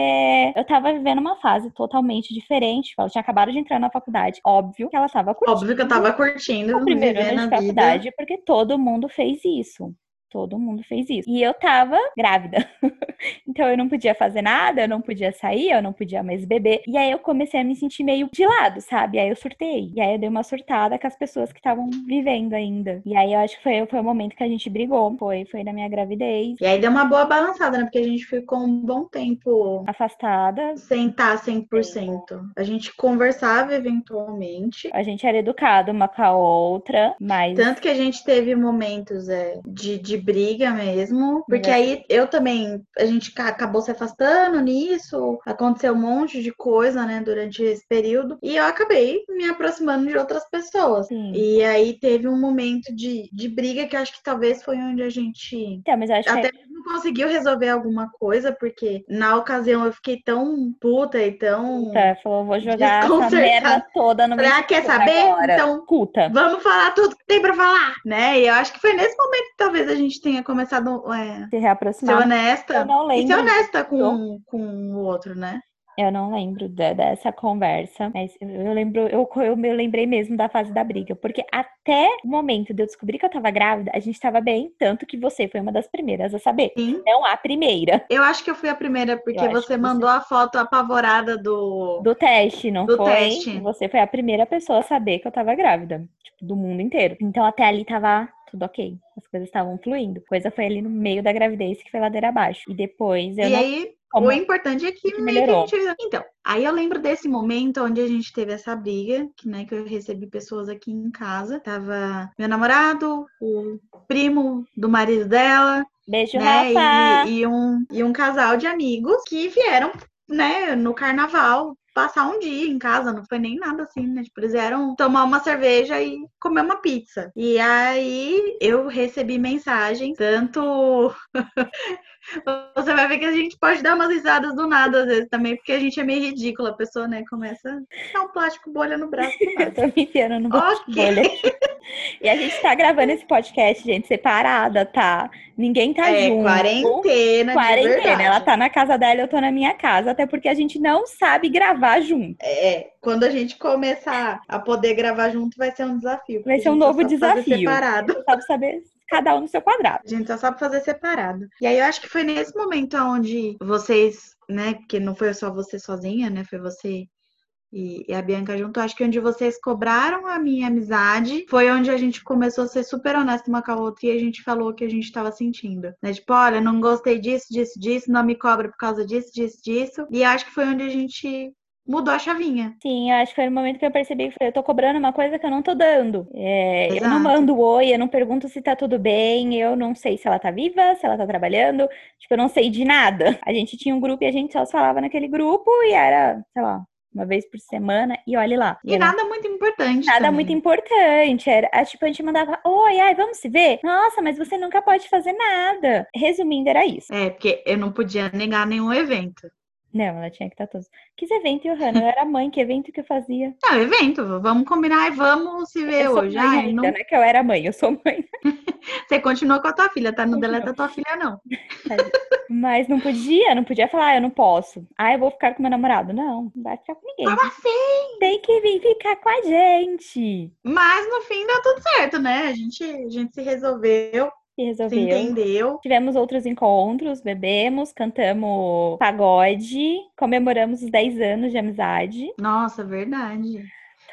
Speaker 2: eu tava vivendo uma fase totalmente diferente. Tipo, Ela tinha acabado de entrar na faculdade, óbvio que ela tava curtindo
Speaker 1: Óbvio que eu tava curtindo,
Speaker 2: o primeiro ano
Speaker 1: vivendo
Speaker 2: de
Speaker 1: a vida.
Speaker 2: faculdade, porque todo mundo fez isso. Todo mundo fez isso. E eu tava grávida. então eu não podia fazer nada, eu não podia sair, eu não podia mais beber. E aí eu comecei a me sentir meio de lado, sabe? E aí eu surtei. E aí eu dei uma surtada com as pessoas que estavam vivendo ainda. E aí eu acho que foi, foi o momento que a gente brigou. Foi, foi na minha gravidez,
Speaker 1: E aí deu uma boa balançada, né? Porque a gente ficou um bom tempo
Speaker 2: afastada.
Speaker 1: sem tá estar 100%. A gente conversava eventualmente,
Speaker 2: A gente era educada uma com a outra, mas.
Speaker 1: Tanto que a gente teve momentos é, de, de briga mesmo, porque
Speaker 2: É.
Speaker 1: aí eu também, a gente ca- acabou se afastando nisso, aconteceu um monte de coisa, né, durante esse período, e eu acabei me aproximando de outras pessoas.
Speaker 2: Sim.
Speaker 1: E aí teve um momento de, de briga que eu acho que talvez foi onde a gente.
Speaker 2: Então, mas eu acho que
Speaker 1: Até mesmo não conseguiu resolver alguma coisa, porque na ocasião eu fiquei tão puta e tão.
Speaker 2: Puta, é, falou, vou jogar essa merda toda no tá?"
Speaker 1: Pra quer saber?
Speaker 2: agora.
Speaker 1: Então,
Speaker 2: Puta.
Speaker 1: vamos falar tudo que tem pra falar, né? E eu acho que foi nesse momento que talvez a gente tenha começado é,
Speaker 2: Se
Speaker 1: a ser
Speaker 2: reaproximar. Eu
Speaker 1: honesta.
Speaker 2: não
Speaker 1: E ser
Speaker 2: lembro.
Speaker 1: honesta com, com o outro, né?
Speaker 2: Eu não lembro de- dessa conversa, mas eu, eu lembro, eu, co- eu me lembrei mesmo da fase da briga, porque até o momento de eu descobrir que eu tava grávida, a gente tava bem, tanto que você foi uma das primeiras a saber.
Speaker 1: Sim.
Speaker 2: Não a primeira
Speaker 1: Eu acho que eu fui a primeira, porque
Speaker 2: acho
Speaker 1: você
Speaker 2: que
Speaker 1: mandou a foto apavorada do.
Speaker 2: do teste, não
Speaker 1: Do
Speaker 2: foi?
Speaker 1: teste.
Speaker 2: Você foi a primeira pessoa a saber que eu tava grávida, tipo, do mundo inteiro. Então até ali tava tudo ok, as coisas estavam fluindo. Coisa foi ali no meio da gravidez que foi ladeira abaixo. E depois eu
Speaker 1: E
Speaker 2: não
Speaker 1: aí,
Speaker 2: como-
Speaker 1: o importante é que,
Speaker 2: que
Speaker 1: meio que a
Speaker 2: melhorou.
Speaker 1: gente... Então, aí eu lembro desse momento onde a gente teve essa briga, que, né, que eu recebi pessoas aqui em casa. Tava meu namorado, o primo do marido dela,
Speaker 2: Beijo,
Speaker 1: né?
Speaker 2: Rafa!
Speaker 1: E, e um, e um casal de amigos que vieram, né, no carnaval passar um dia em casa, não foi nem nada assim, né? Tipo, eles vieram tomar uma cerveja e comer uma pizza. E aí eu recebi mensagem, tanto. Você vai ver que a gente pode dar umas risadas do nada às vezes também, porque a gente é meio ridícula, a pessoa, né, começa a dar um plástico bolha no braço. do nada.
Speaker 2: Eu tô me enfiando no
Speaker 1: Ok.
Speaker 2: bolha aqui. E a gente tá gravando esse podcast, gente, separada, tá? Ninguém tá
Speaker 1: é,
Speaker 2: junto.
Speaker 1: quarentena, de
Speaker 2: Quarentena.
Speaker 1: verdade.
Speaker 2: Ela tá na casa dela, eu tô na minha casa, até porque a gente não sabe gravar junto.
Speaker 1: É, quando a gente começar a poder gravar junto, vai ser um desafio.
Speaker 2: Vai
Speaker 1: porque
Speaker 2: ser um
Speaker 1: a gente só
Speaker 2: novo
Speaker 1: sabe fazer
Speaker 2: desafio.
Speaker 1: Separado.
Speaker 2: Só pra saber cada um no seu quadrado.
Speaker 1: A gente só sabe fazer separado. E aí eu acho que foi nesse momento onde vocês, né, porque não foi só você sozinha, né, foi você e, e a Bianca junto, eu acho que onde vocês cobraram a minha amizade, foi onde a gente começou a ser super honesta uma com a outra e a gente falou o que a gente tava sentindo, né, tipo, olha, não gostei disso, disso, disso, não me cobra por causa disso, disso, disso. E eu acho que foi onde a gente mudou a chavinha.
Speaker 2: Sim, eu acho que foi o momento que eu percebi que eu falei, eu tô cobrando uma coisa que eu não tô dando. É, eu
Speaker 1: Exato.
Speaker 2: não mando oi, eu não pergunto se tá tudo bem, eu não sei se ela tá viva, se ela tá trabalhando, tipo, eu não sei de nada. A gente tinha um grupo e a gente só se falava naquele grupo e era, sei lá, uma vez por semana e olhe lá.
Speaker 1: E
Speaker 2: Eu não-
Speaker 1: nada muito importante.
Speaker 2: Nada
Speaker 1: também.
Speaker 2: muito importante, era, ah, tipo, a gente mandava, oi, ai, vamos se ver? Nossa, mas você nunca pode fazer nada. Resumindo, era isso.
Speaker 1: É, porque eu não podia negar nenhum evento.
Speaker 2: Não, ela tinha que estar todos. Quis evento, Johanna, eu era mãe, que evento que eu fazia?
Speaker 1: Não, É um evento, vamos combinar e vamos se ver
Speaker 2: Eu sou
Speaker 1: hoje.
Speaker 2: mãe
Speaker 1: Ai,
Speaker 2: ainda,
Speaker 1: não-
Speaker 2: não é que eu era mãe, eu sou mãe.
Speaker 1: Você continua com a tua filha, tá? Não
Speaker 2: Continuo.
Speaker 1: deleta a tua filha, não.
Speaker 2: Mas não podia, não podia falar, ah, eu não posso. Ah, eu vou ficar com meu namorado. Não, não vai ficar com ninguém.
Speaker 1: Como assim?
Speaker 2: Tem que vir ficar com a gente.
Speaker 1: Mas no fim deu tudo certo, né? A gente, a gente se resolveu,
Speaker 2: Se
Speaker 1: se
Speaker 2: resolveu.
Speaker 1: entendeu.
Speaker 2: Tivemos outros encontros, bebemos, cantamos pagode, comemoramos os 10 anos de amizade.
Speaker 1: Nossa, verdade.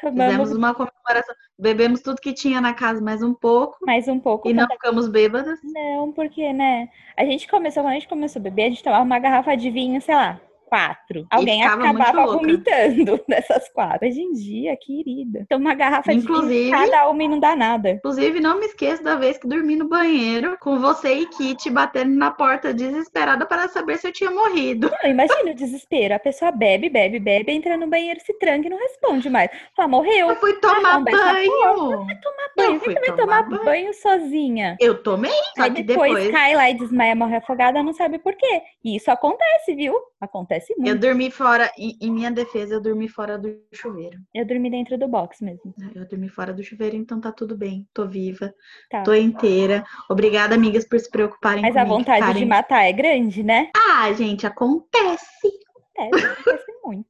Speaker 1: Fizemos
Speaker 2: Tomamos
Speaker 1: uma comemoração. Bebemos tudo que tinha na casa mais um pouco
Speaker 2: mais um pouco.
Speaker 1: e não ficamos bêbadas.
Speaker 2: Não, porque, né? A gente começou, quando a gente começou a beber, a gente tomava uma garrafa de vinho, sei lá, quatro. Alguém
Speaker 1: ficava muito
Speaker 2: acabava
Speaker 1: louca.
Speaker 2: vomitando dessas quatro. Hoje em dia, querida. Então, uma garrafa de
Speaker 1: Inclusive-
Speaker 2: vinho, cada uma e não dá nada.
Speaker 1: Inclusive, não me esqueço da vez que dormi no banheiro com você e Kit batendo na porta desesperada para saber se eu tinha morrido.
Speaker 2: Não, imagina o desespero. A pessoa bebe, bebe, bebe, entra no banheiro, se tranca e não responde mais. Fala, morreu.
Speaker 1: Eu fui tomar
Speaker 2: não, mas tá
Speaker 1: banho.
Speaker 2: Tomar
Speaker 1: Eu
Speaker 2: banho.
Speaker 1: fui
Speaker 2: Você vai
Speaker 1: tomar
Speaker 2: tomar
Speaker 1: banho.
Speaker 2: banho sozinha.
Speaker 1: Eu tomei, só
Speaker 2: Aí
Speaker 1: que
Speaker 2: depois,
Speaker 1: depois
Speaker 2: cai lá e desmaia, morre afogada, não sabe por quê. E isso acontece, viu? Acontece muito.
Speaker 1: eu dormi fora. Em, em minha defesa, eu dormi fora do chuveiro.
Speaker 2: Eu dormi dentro do box mesmo.
Speaker 1: Eu dormi fora do chuveiro, então tá tudo bem. Tô viva,
Speaker 2: Tá.
Speaker 1: tô inteira. Obrigada, amigas, por se preocuparem
Speaker 2: Mas a
Speaker 1: comigo.
Speaker 2: vontade de
Speaker 1: ficarem-
Speaker 2: matar é grande, né?
Speaker 1: Ah, gente, acontece.
Speaker 2: Acontece, acontece muito.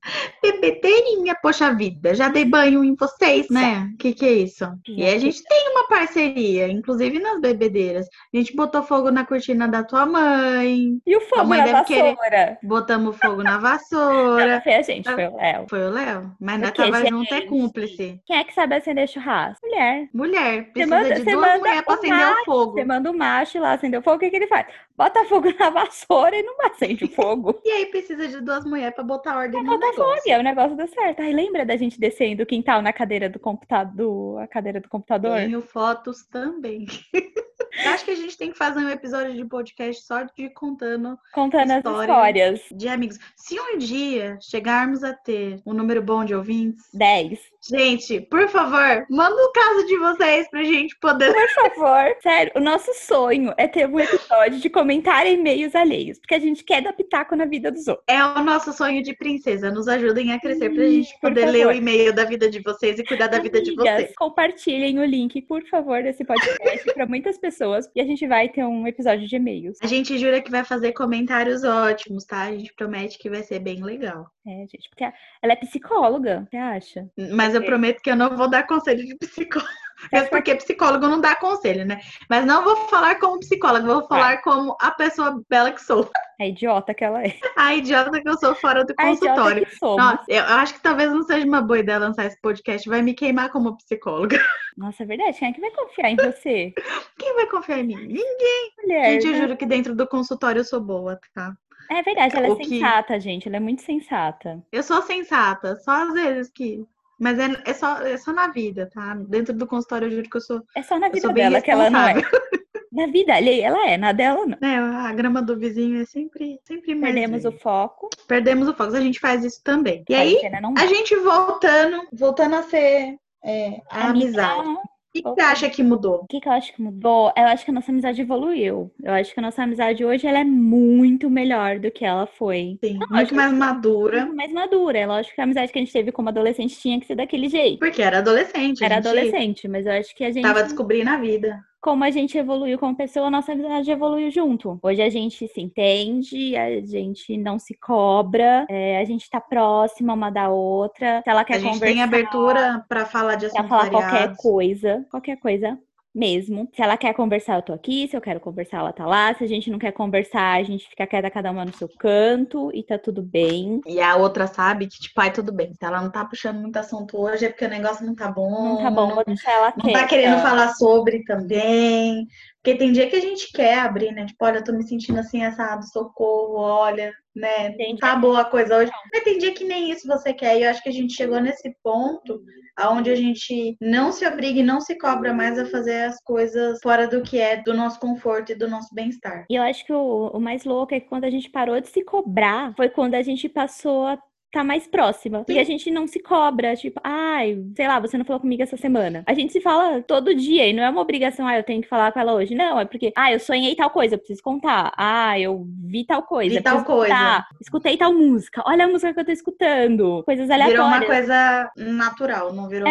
Speaker 1: Bebedeirinha, poxa vida. Já dei banho em vocês, né? Que que é isso? E a gente tem uma parceria, inclusive nas bebedeiras. A gente botou fogo na cortina da tua mãe.
Speaker 2: E o fogo
Speaker 1: mãe
Speaker 2: na
Speaker 1: deve querer-
Speaker 2: vassoura?
Speaker 1: Botamos fogo na vassoura.
Speaker 2: Não, foi a gente, foi o Léo.
Speaker 1: Foi o Léo. Mas
Speaker 2: O
Speaker 1: ainda
Speaker 2: quê,
Speaker 1: tava
Speaker 2: gente?
Speaker 1: junto é cúmplice.
Speaker 2: Quem é que sabe acender churrasco? Mulher.
Speaker 1: Mulher, precisa
Speaker 2: manda-
Speaker 1: de
Speaker 2: você
Speaker 1: duas
Speaker 2: manda
Speaker 1: mulheres pra
Speaker 2: o
Speaker 1: acender o fogo.
Speaker 2: Você manda o macho ir lá acender o fogo, o que, que ele faz? Bota fogo na vassoura e não acende o fogo.
Speaker 1: E aí precisa de duas mulheres pra botar ordem
Speaker 2: Fotofobia, é o negócio deu certo. Ai, lembra da gente descendo o quintal na cadeira do computador, a cadeira do computador?
Speaker 1: Tenho fotos também. Eu acho que a gente tem que fazer um episódio de podcast só de contando
Speaker 2: Contando
Speaker 1: História.
Speaker 2: as histórias.
Speaker 1: de amigos. Se um dia chegarmos a ter um número bom de ouvintes,
Speaker 2: 10.
Speaker 1: gente, por favor, manda o caso de vocês pra gente poder.
Speaker 2: Por favor. Sério, o nosso sonho é ter um episódio de comentar e-mails alheios, porque a gente quer dar pitaco na vida dos outros.
Speaker 1: É o nosso sonho de princesa. Nos ajudem a crescer pra gente
Speaker 2: Ih, por
Speaker 1: poder ler o
Speaker 2: favor.
Speaker 1: e-mail da vida de vocês e cuidar da vida de
Speaker 2: Amigas,
Speaker 1: vocês.
Speaker 2: compartilhem o link, por favor, desse podcast para muitas pessoas e a gente vai ter um episódio de e-mails.
Speaker 1: A gente jura que vai fazer comentários ótimos, tá? A gente promete que vai ser bem legal.
Speaker 2: É, gente, porque ela é psicóloga, você acha?
Speaker 1: Mas eu
Speaker 2: Ok.
Speaker 1: prometo que eu não vou dar conselho de psicólogo. Mesmo porque psicólogo não dá conselho, né? Mas não vou falar como psicólogo, vou
Speaker 2: É.
Speaker 1: falar como a pessoa bela que sou.
Speaker 2: A idiota que ela é.
Speaker 1: A idiota que eu sou fora do
Speaker 2: A idiota
Speaker 1: consultório.
Speaker 2: que somos.
Speaker 1: Nossa, eu acho que talvez não seja uma boa ideia lançar esse podcast. Vai me queimar como psicóloga.
Speaker 2: Nossa, é verdade. Quem é que vai confiar em você?
Speaker 1: Quem vai confiar em mim? Ninguém.
Speaker 2: Mulher.
Speaker 1: Gente, eu
Speaker 2: né?
Speaker 1: juro que dentro do consultório eu sou boa, tá?
Speaker 2: É verdade, ela é
Speaker 1: O que-
Speaker 2: sensata, gente. Ela é muito sensata.
Speaker 1: Eu sou sensata, só às vezes que. Mas é, é só, é só na vida, tá? Dentro do consultório eu juro que eu sou.
Speaker 2: É só na
Speaker 1: Eu sou
Speaker 2: vida
Speaker 1: bem
Speaker 2: dela que ela não é.
Speaker 1: responsável.
Speaker 2: Na vida alheia, ela é, na dela não.
Speaker 1: Né? A grama do vizinho é sempre, sempre mais.
Speaker 2: Perdemos o
Speaker 1: verde.
Speaker 2: foco.
Speaker 1: Perdemos o foco. A gente faz isso também. E aí, É
Speaker 2: quarentena não
Speaker 1: a gente voltando, voltando a ser é, a amizade.
Speaker 2: Amizade.
Speaker 1: O que que você acha que mudou?
Speaker 2: O que, que eu acho que mudou? Eu acho que a nossa amizade evoluiu. Eu acho que a nossa amizade hoje ela é muito melhor do que ela foi.
Speaker 1: Sim,
Speaker 2: acho
Speaker 1: muito
Speaker 2: que-
Speaker 1: mais madura.
Speaker 2: Muito mais madura. É lógico que a amizade que a gente teve como adolescente tinha que ser daquele jeito.
Speaker 1: Porque era adolescente. a
Speaker 2: Era
Speaker 1: gente
Speaker 2: adolescente, mas eu acho que a gente.
Speaker 1: Tava descobrindo a vida.
Speaker 2: como a gente evoluiu como pessoa, a nossa amizade evoluiu junto. Hoje a gente se entende, a gente não se cobra, é, a gente tá próxima uma da outra. Se ela quer
Speaker 1: a gente
Speaker 2: conversar,
Speaker 1: tem abertura pra falar de
Speaker 2: pra
Speaker 1: assuntos
Speaker 2: falar qualquer
Speaker 1: variados.
Speaker 2: coisa, qualquer coisa mesmo. Se ela quer conversar, eu tô aqui. Se eu quero conversar, ela tá lá. Se a gente não quer conversar, a gente fica quieta cada uma no seu canto e tá tudo bem.
Speaker 1: E a outra sabe que, tipo, ai, tudo bem. Se ela não tá puxando muito assunto hoje, é porque o negócio não tá bom.
Speaker 2: Não tá bom,
Speaker 1: não
Speaker 2: vou deixar É. ela
Speaker 1: Não tá
Speaker 2: quieta.
Speaker 1: querendo falar sobre também. Porque tem dia que a gente quer abrir, né? Tipo, olha, eu tô me sentindo assim, assado, socorro, olha, né? Não
Speaker 2: Entendi.
Speaker 1: tá boa a coisa hoje. Mas tem dia que nem isso você quer. E eu acho que a gente chegou nesse ponto onde a gente não se obriga e não se cobra mais a fazer as coisas fora do que é do nosso conforto e do nosso bem-estar.
Speaker 2: E eu acho que o, o mais louco é que quando a gente parou de se cobrar, foi quando a gente passou a tá mais próxima. E a gente não se cobra, tipo, ai, sei lá, você não falou comigo essa semana. A gente se fala todo dia e não é uma obrigação, ah, eu tenho que falar com ela hoje. Não, é porque, ah, eu sonhei tal coisa, eu preciso contar. Ah, eu vi tal coisa,
Speaker 1: Vi
Speaker 2: eu
Speaker 1: tal
Speaker 2: preciso contar. Escutei tal música. Olha a música que eu tô escutando. Coisas
Speaker 1: Virou uma
Speaker 2: aleatórias.
Speaker 1: coisa natural, não virou
Speaker 2: É,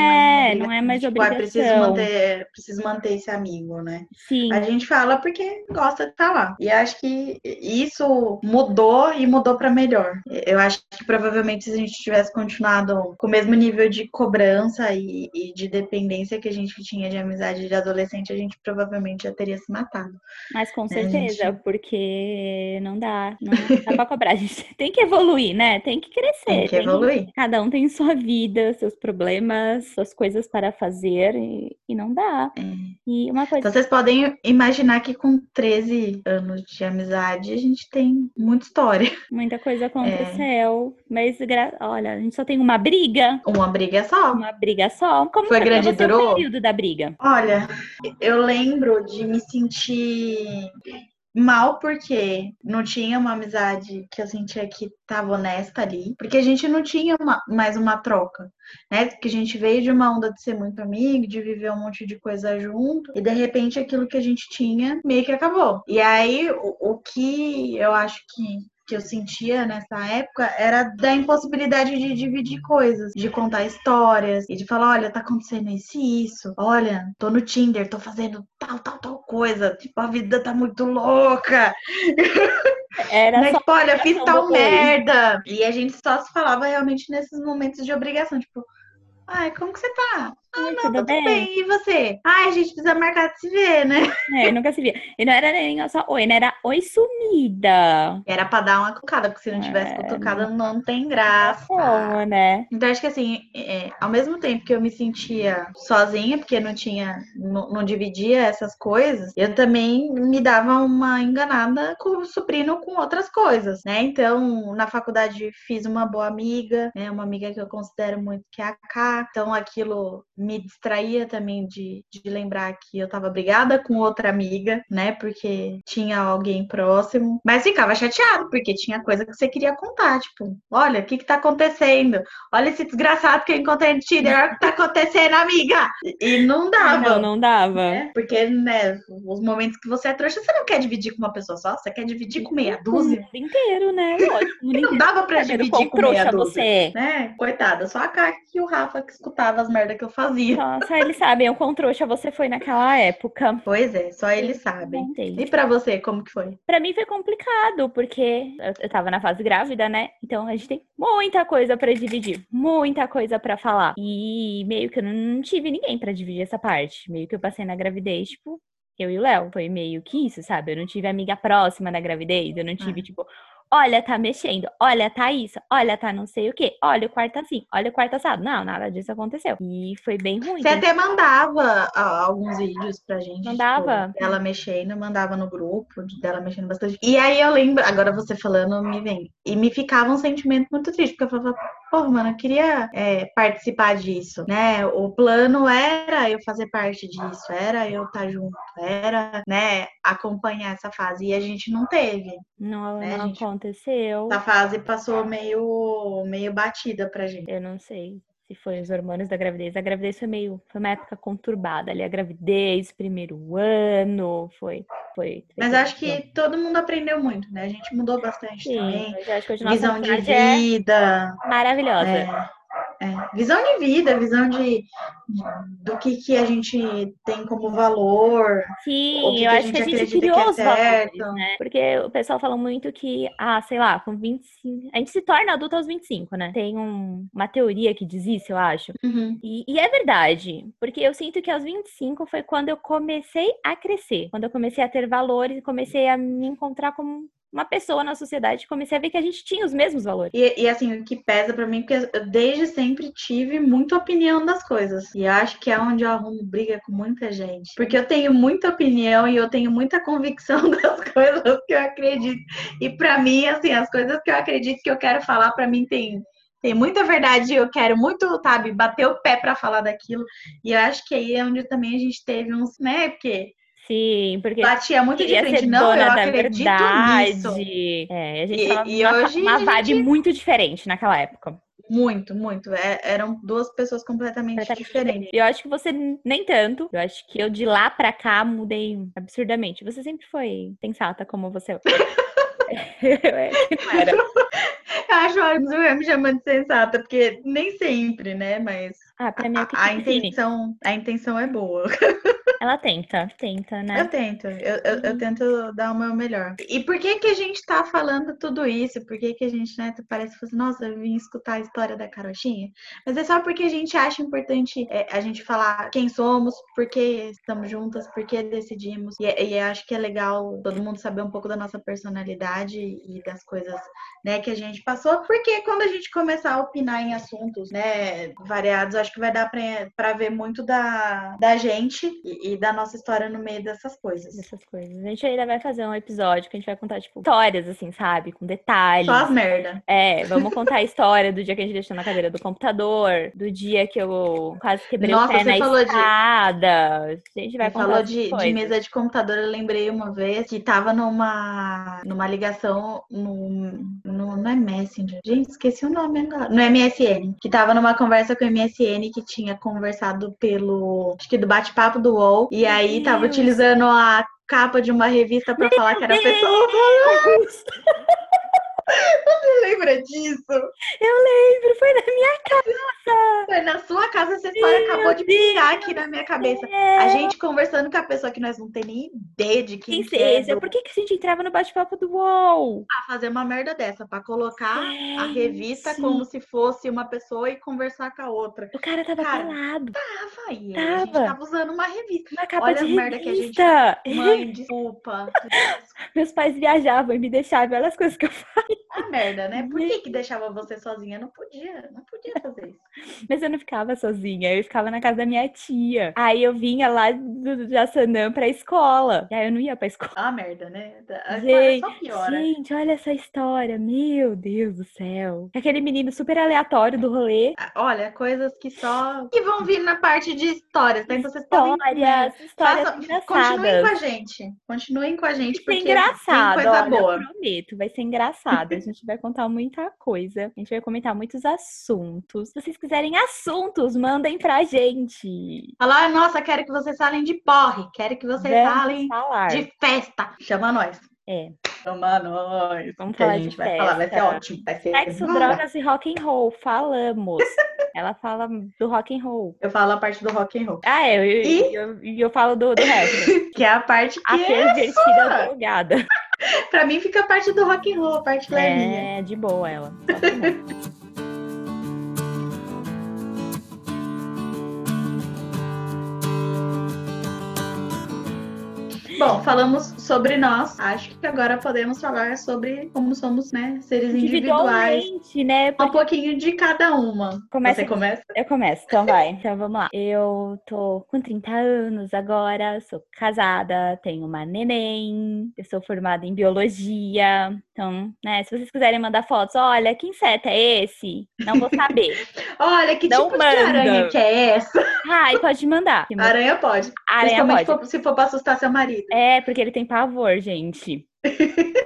Speaker 1: mais. uma
Speaker 2: não é mais
Speaker 1: Tipo, ah, preciso
Speaker 2: obrigação.
Speaker 1: manter, preciso manter esse amigo, né?
Speaker 2: Sim.
Speaker 1: A gente fala porque gosta de estar lá. E acho que isso mudou e mudou para melhor. Eu acho que provavelmente se a gente tivesse continuado com o mesmo nível de cobrança e, e de dependência que a gente tinha de amizade de adolescente, a gente provavelmente já teria se matado.
Speaker 2: Mas com
Speaker 1: né, gente?
Speaker 2: certeza, porque não dá, não dá pra cobrar. A gente tem que evoluir, né? Tem que crescer.
Speaker 1: Tem que evoluir.
Speaker 2: Cada um tem sua vida, seus problemas, suas coisas para fazer e, e não dá. E uma
Speaker 1: É.
Speaker 2: coisa
Speaker 1: Então vocês podem imaginar que com 13 anos de amizade a gente tem muita história.
Speaker 2: Muita coisa
Speaker 1: É.
Speaker 2: aconteceu, mas gra- olha, a gente só tem uma briga,
Speaker 1: Uma briga só.
Speaker 2: uma briga só. Como
Speaker 1: Foi
Speaker 2: foi
Speaker 1: grande e
Speaker 2: você é o
Speaker 1: durou?
Speaker 2: período da briga?
Speaker 1: Olha, eu lembro de me sentir mal porque não tinha uma amizade que eu sentia que estava honesta ali, porque a gente não tinha uma- mais uma troca, né? Porque a gente veio de uma onda de ser muito amigo, de viver um monte de coisa junto, e de repente aquilo que a gente tinha meio que acabou. E aí o, o que eu acho que que eu sentia nessa época era da impossibilidade de dividir coisas, de contar histórias e de falar, olha, tá acontecendo isso e isso, olha, tô no Tinder, tô fazendo tal, tal, tal coisa, tipo, a vida tá muito louca,
Speaker 2: Era
Speaker 1: né?
Speaker 2: só
Speaker 1: Tipo, olha, fiz
Speaker 2: obrigação
Speaker 1: tal
Speaker 2: do oi.
Speaker 1: merda. E a gente só se falava realmente nesses momentos de obrigação, tipo, ai, como que você tá?
Speaker 2: Oi,
Speaker 1: Não,
Speaker 2: tudo
Speaker 1: tudo
Speaker 2: bem?
Speaker 1: bem. E você? Ai, a gente precisa marcar de se ver, né?
Speaker 2: É, nunca se via. E não era nem só oi, não era oi sumida.
Speaker 1: Era pra dar uma cutucada, porque se não tivesse
Speaker 2: É,
Speaker 1: cutucada, não tem graça.
Speaker 2: Como, né?
Speaker 1: Então, acho que assim, é, ao mesmo tempo que eu me sentia sozinha, porque não tinha, não, não dividia essas coisas, eu também me dava uma enganada com, suprindo com outras coisas, né? Então, na faculdade fiz uma boa amiga, né? Uma amiga que eu considero muito que é a K. Então, aquilo me distraía também de, de lembrar que eu tava brigada com outra amiga, né? Porque tinha alguém próximo. Mas ficava chateado, porque tinha coisa que você queria contar, tipo, olha, o que que tá acontecendo? Olha esse desgraçado que eu encontrei no Tinder, olha o que tá acontecendo, amiga! E não dava.
Speaker 2: Ah, Não, não dava.
Speaker 1: né? Porque, né, os momentos que você é trouxa, você não quer dividir com uma pessoa só, você quer dividir com meia
Speaker 2: O
Speaker 1: dúzia.
Speaker 2: mundo inteiro, né? Lógico, o mundo
Speaker 1: E não
Speaker 2: inteiro.
Speaker 1: dava pra
Speaker 2: Sabendo Tá quão
Speaker 1: dividir com meia
Speaker 2: trouxa
Speaker 1: dúzia.
Speaker 2: você é.
Speaker 1: Né? Coitada, só a Kaki e o Rafa que escutava as merdas que eu fazia.
Speaker 2: é. Nossa, eles sabem o quão trouxa você foi naquela época.
Speaker 1: Pois é, só eles sabem.
Speaker 2: Entendi.
Speaker 1: E pra você, como que foi?
Speaker 2: Né? Pra mim foi complicado, porque eu- eu tava na fase grávida, né? Então a gente tem muita coisa pra dividir, muita coisa pra falar. E meio que eu não tive ninguém pra dividir essa parte. Meio que eu passei na gravidez, tipo, eu e o Léo. Foi meio que isso, sabe? Eu não tive amiga próxima na gravidez, eu não tive, tipo, olha, tá mexendo, olha, tá isso, olha, tá não sei o quê, olha o quarto assim, olha o quarto assado. Não, nada disso aconteceu. E foi bem ruim.
Speaker 1: Você é
Speaker 2: então-
Speaker 1: até mandava ah, alguns vídeos pra gente. tipo,
Speaker 2: Mandava.
Speaker 1: dela mexendo, mandava no grupo, de- dela mexendo bastante. E aí eu lembro, agora você falando, me vem. E me ficava um sentimento muito triste, porque eu falava, pô, mano, eu queria é, participar disso, né? O plano era eu fazer parte disso, era eu estar junto, era, né, acompanhar essa fase. E a gente não teve.
Speaker 2: Não,
Speaker 1: né,
Speaker 2: não
Speaker 1: gente?
Speaker 2: aconteceu.
Speaker 1: Essa fase passou meio, meio batida pra gente.
Speaker 2: Eu não sei se foi os hormônios da gravidez. A gravidez foi meio. Foi uma época conturbada ali. A gravidez, primeiro ano, foi. foi
Speaker 1: Mas acho que todo mundo aprendeu muito, né? A gente mudou bastante também.
Speaker 2: Sim, mas eu acho que hoje nossa
Speaker 1: Visão de
Speaker 2: amizade é
Speaker 1: vida. né?
Speaker 2: maravilhosa.
Speaker 1: é, é. Visão de vida, visão de do que, que a gente tem como valor. o
Speaker 2: Sim,
Speaker 1: que
Speaker 2: eu
Speaker 1: que a
Speaker 2: acho que a
Speaker 1: gente
Speaker 2: gente
Speaker 1: acredita que
Speaker 2: criou
Speaker 1: é
Speaker 2: os valores,
Speaker 1: certo.
Speaker 2: né? Porque o pessoal fala muito que, ah, sei lá, com 25. A gente se torna adulto aos 25, né? Tem um- uma teoria que diz isso, eu acho. E, e é verdade, porque eu sinto que aos 25 foi quando eu comecei a crescer, quando eu comecei a ter valores, comecei a me encontrar como uma pessoa na sociedade, comecei a ver que a gente tinha os mesmos valores.
Speaker 1: E, e, assim, o que pesa pra mim, porque eu desde sempre tive muita opinião das coisas. E eu acho que é onde eu arrumo briga com muita gente. Porque eu tenho muita opinião e eu tenho muita convicção das coisas que eu acredito. E pra mim, assim, as coisas que eu acredito que eu quero falar, pra mim tem. Tem muita verdade, eu quero muito, sabe, bater o pé pra falar daquilo. E eu acho que aí é onde também a gente teve uns, né? Porque
Speaker 2: Sim, porque
Speaker 1: batia muito de
Speaker 2: queria
Speaker 1: frente,
Speaker 2: ser
Speaker 1: é não, eu
Speaker 2: dona da
Speaker 1: acredito nisso.
Speaker 2: verdade. É, a gente
Speaker 1: E-
Speaker 2: tava
Speaker 1: e
Speaker 2: numa,
Speaker 1: hoje
Speaker 2: numa
Speaker 1: a gente-
Speaker 2: vibe muito diferente naquela época.
Speaker 1: Muito, muito. É- eram duas pessoas completamente
Speaker 2: Completamente
Speaker 1: diferentes.
Speaker 2: Eu acho que você n- nem tanto. Eu acho que eu de lá pra cá mudei absurdamente. Você sempre foi sensata como você. é. Eu é não era.
Speaker 1: Eu acho ótimo você me chamando de sensata, porque nem sempre, né? Mas
Speaker 2: Ah, pra mim é o que
Speaker 1: a, a
Speaker 2: te define.
Speaker 1: intenção, a intenção é boa.
Speaker 2: Ela tenta, tenta,
Speaker 1: Eu
Speaker 2: né?
Speaker 1: tento, eu, eu, eu
Speaker 2: Uhum.
Speaker 1: tento dar o meu melhor. E por que que a gente tá falando tudo isso? Por que que a gente, né, parece que, assim, nossa, eu vim escutar a história da Carochinha? Mas é só porque a gente acha importante é, a gente falar quem somos, por que estamos juntas, por que decidimos. E, e eu acho que é legal todo mundo saber um pouco da nossa personalidade e das coisas, né, que a gente passou. Porque quando a gente começar a opinar em assuntos, né, variados, acho que vai dar pra, pra ver muito da, da gente e, e da nossa história no meio dessas coisas.
Speaker 2: Essas coisas. A gente ainda vai fazer um episódio que a gente vai contar, tipo, histórias, assim, sabe? Com detalhes.
Speaker 1: Só as merda.
Speaker 2: É, vamos contar a história do dia que a gente deixou na cadeira do computador, do dia que eu quase quebrei
Speaker 1: Nossa,
Speaker 2: o pé
Speaker 1: você
Speaker 2: na
Speaker 1: falou de-
Speaker 2: escada. A gente vai
Speaker 1: Você
Speaker 2: contar
Speaker 1: falou
Speaker 2: essas
Speaker 1: de, de
Speaker 2: coisas.
Speaker 1: mesa de computador, eu lembrei uma vez que tava numa, numa ligação no, no, no é Messenger. Gente, esqueci o nome agora. No MSN. Que tava numa conversa com o MSN que tinha conversado pelo. Acho que do bate-papo do UOL. E aí
Speaker 2: Meu
Speaker 1: tava
Speaker 2: Deus.
Speaker 1: utilizando a capa de uma revista pra falar que era a
Speaker 2: Deus!
Speaker 1: pessoa. Você lembra disso?
Speaker 2: Eu lembro, foi na minha
Speaker 1: Foi na sua casa, você história acabou de pingar aqui na minha cabeça. A gente conversando com a pessoa que nós não tem nem ideia de quem,
Speaker 2: Quem
Speaker 1: que é,
Speaker 2: seja,
Speaker 1: do-
Speaker 2: por que, que a gente entrava no bate-papo do UOL?
Speaker 1: Ah, fazer uma merda dessa, pra colocar Ah, a
Speaker 2: É,
Speaker 1: revista
Speaker 2: sim.
Speaker 1: como se fosse uma pessoa e conversar com a outra.
Speaker 2: O cara tava
Speaker 1: Cara,
Speaker 2: calado,
Speaker 1: Tava aí, a gente
Speaker 2: Tava. É.
Speaker 1: tava usando uma revista.
Speaker 2: na capa
Speaker 1: olha
Speaker 2: de
Speaker 1: as merda que a gente-
Speaker 2: revista.
Speaker 1: Mãe, desculpa.
Speaker 2: Meus pais viajavam e me deixavam, olha as coisas que eu
Speaker 1: A merda, né? Por que que deixava você sozinha? Não podia, não podia fazer isso.
Speaker 2: Mas eu não ficava sozinha, eu ficava na casa da minha tia. Aí eu vinha lá do do Jaçanã pra escola. E aí eu não ia pra escola.
Speaker 1: A merda, né? A história
Speaker 2: Gente,
Speaker 1: só piora.
Speaker 2: gente, olha essa história. Meu Deus do céu. Aquele menino super aleatório do rolê.
Speaker 1: Ah, Olha, coisas que só. que vão vir na parte de histórias, tá? Então vocês podem. né,
Speaker 2: Histórias, histórias
Speaker 1: façam- Continuem com
Speaker 2: engraçadas.
Speaker 1: a gente. Continuem com a gente,
Speaker 2: Vai
Speaker 1: porque
Speaker 2: ser engraçado,
Speaker 1: tem coisa
Speaker 2: olha,
Speaker 1: boa.
Speaker 2: eu prometo, vai ser engraçado. A gente vai contar muita coisa, a gente vai comentar muitos assuntos. Se vocês quiserem assuntos, mandem pra gente.
Speaker 1: Falar, nossa, quero que vocês falem de porre, quero que vocês
Speaker 2: Vamos
Speaker 1: falem
Speaker 2: falar.
Speaker 1: de festa. Chama nós.
Speaker 2: É.
Speaker 1: Chama nós.
Speaker 2: Vamos
Speaker 1: que a
Speaker 2: falar de
Speaker 1: gente vai falar, vai ser
Speaker 2: festa.
Speaker 1: ótimo. Vai ser
Speaker 2: Sexo,
Speaker 1: mara-
Speaker 2: drogas e rock and roll, falamos. Ela fala do rock and roll.
Speaker 1: Eu falo a parte do rock and roll,
Speaker 2: Ah, é, eu,
Speaker 1: E?
Speaker 2: eu, eu, eu falo do, do resto.
Speaker 1: que é a parte que
Speaker 2: A
Speaker 1: é, sua?
Speaker 2: pervertida drogada.
Speaker 1: pra mim fica a parte do rock and roll, a parte levinha.
Speaker 2: É, de boa ela.
Speaker 1: Bom, falamos sobre nós. Acho que agora podemos falar sobre como somos, né, seres individuais.
Speaker 2: Individualmente, né?
Speaker 1: Um pouquinho de cada uma.
Speaker 2: Começa
Speaker 1: Você começa?
Speaker 2: Eu começo, então vai. Então vamos lá. Eu tô com 30 anos agora, sou casada, tenho uma neném, eu sou formada em biologia. Então, né, se vocês quiserem mandar fotos, olha, que inseto é esse? Não vou saber.
Speaker 1: Olha, que
Speaker 2: Não
Speaker 1: tipo de
Speaker 2: manda.
Speaker 1: aranha que é essa?
Speaker 2: Ai, pode mandar. Que meu-
Speaker 1: Aranha pode.
Speaker 2: Aranha
Speaker 1: Principalmente
Speaker 2: pode.
Speaker 1: for- se for pra assustar seu marido.
Speaker 2: É, porque ele tem pavor, gente.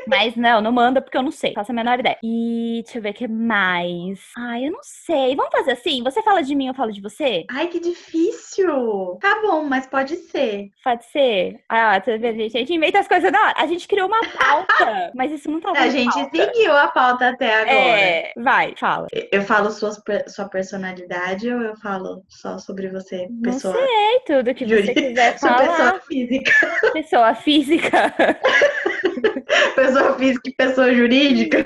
Speaker 2: Mas não, não manda porque eu não sei. Faço a menor ideia. E deixa eu ver o que mais. Ai, eu não sei. Vamos fazer assim? Você fala de mim, eu falo de você?
Speaker 1: Ai, que difícil. Tá bom, mas pode ser.
Speaker 2: Pode ser? Ah, você vê, gente, a gente inventa as coisas na hora. A gente criou uma pauta, mas isso não tá
Speaker 1: É A gente seguiu a pauta até agora.
Speaker 2: É, vai, fala.
Speaker 1: Eu falo suas, per- sua personalidade ou eu falo só sobre você,
Speaker 2: Não
Speaker 1: pessoa?
Speaker 2: sei tudo que
Speaker 1: Júlia,
Speaker 2: você quiser
Speaker 1: Sua
Speaker 2: falar.
Speaker 1: pessoa física.
Speaker 2: Pessoa, física.
Speaker 1: Pessoa física e pessoa jurídica.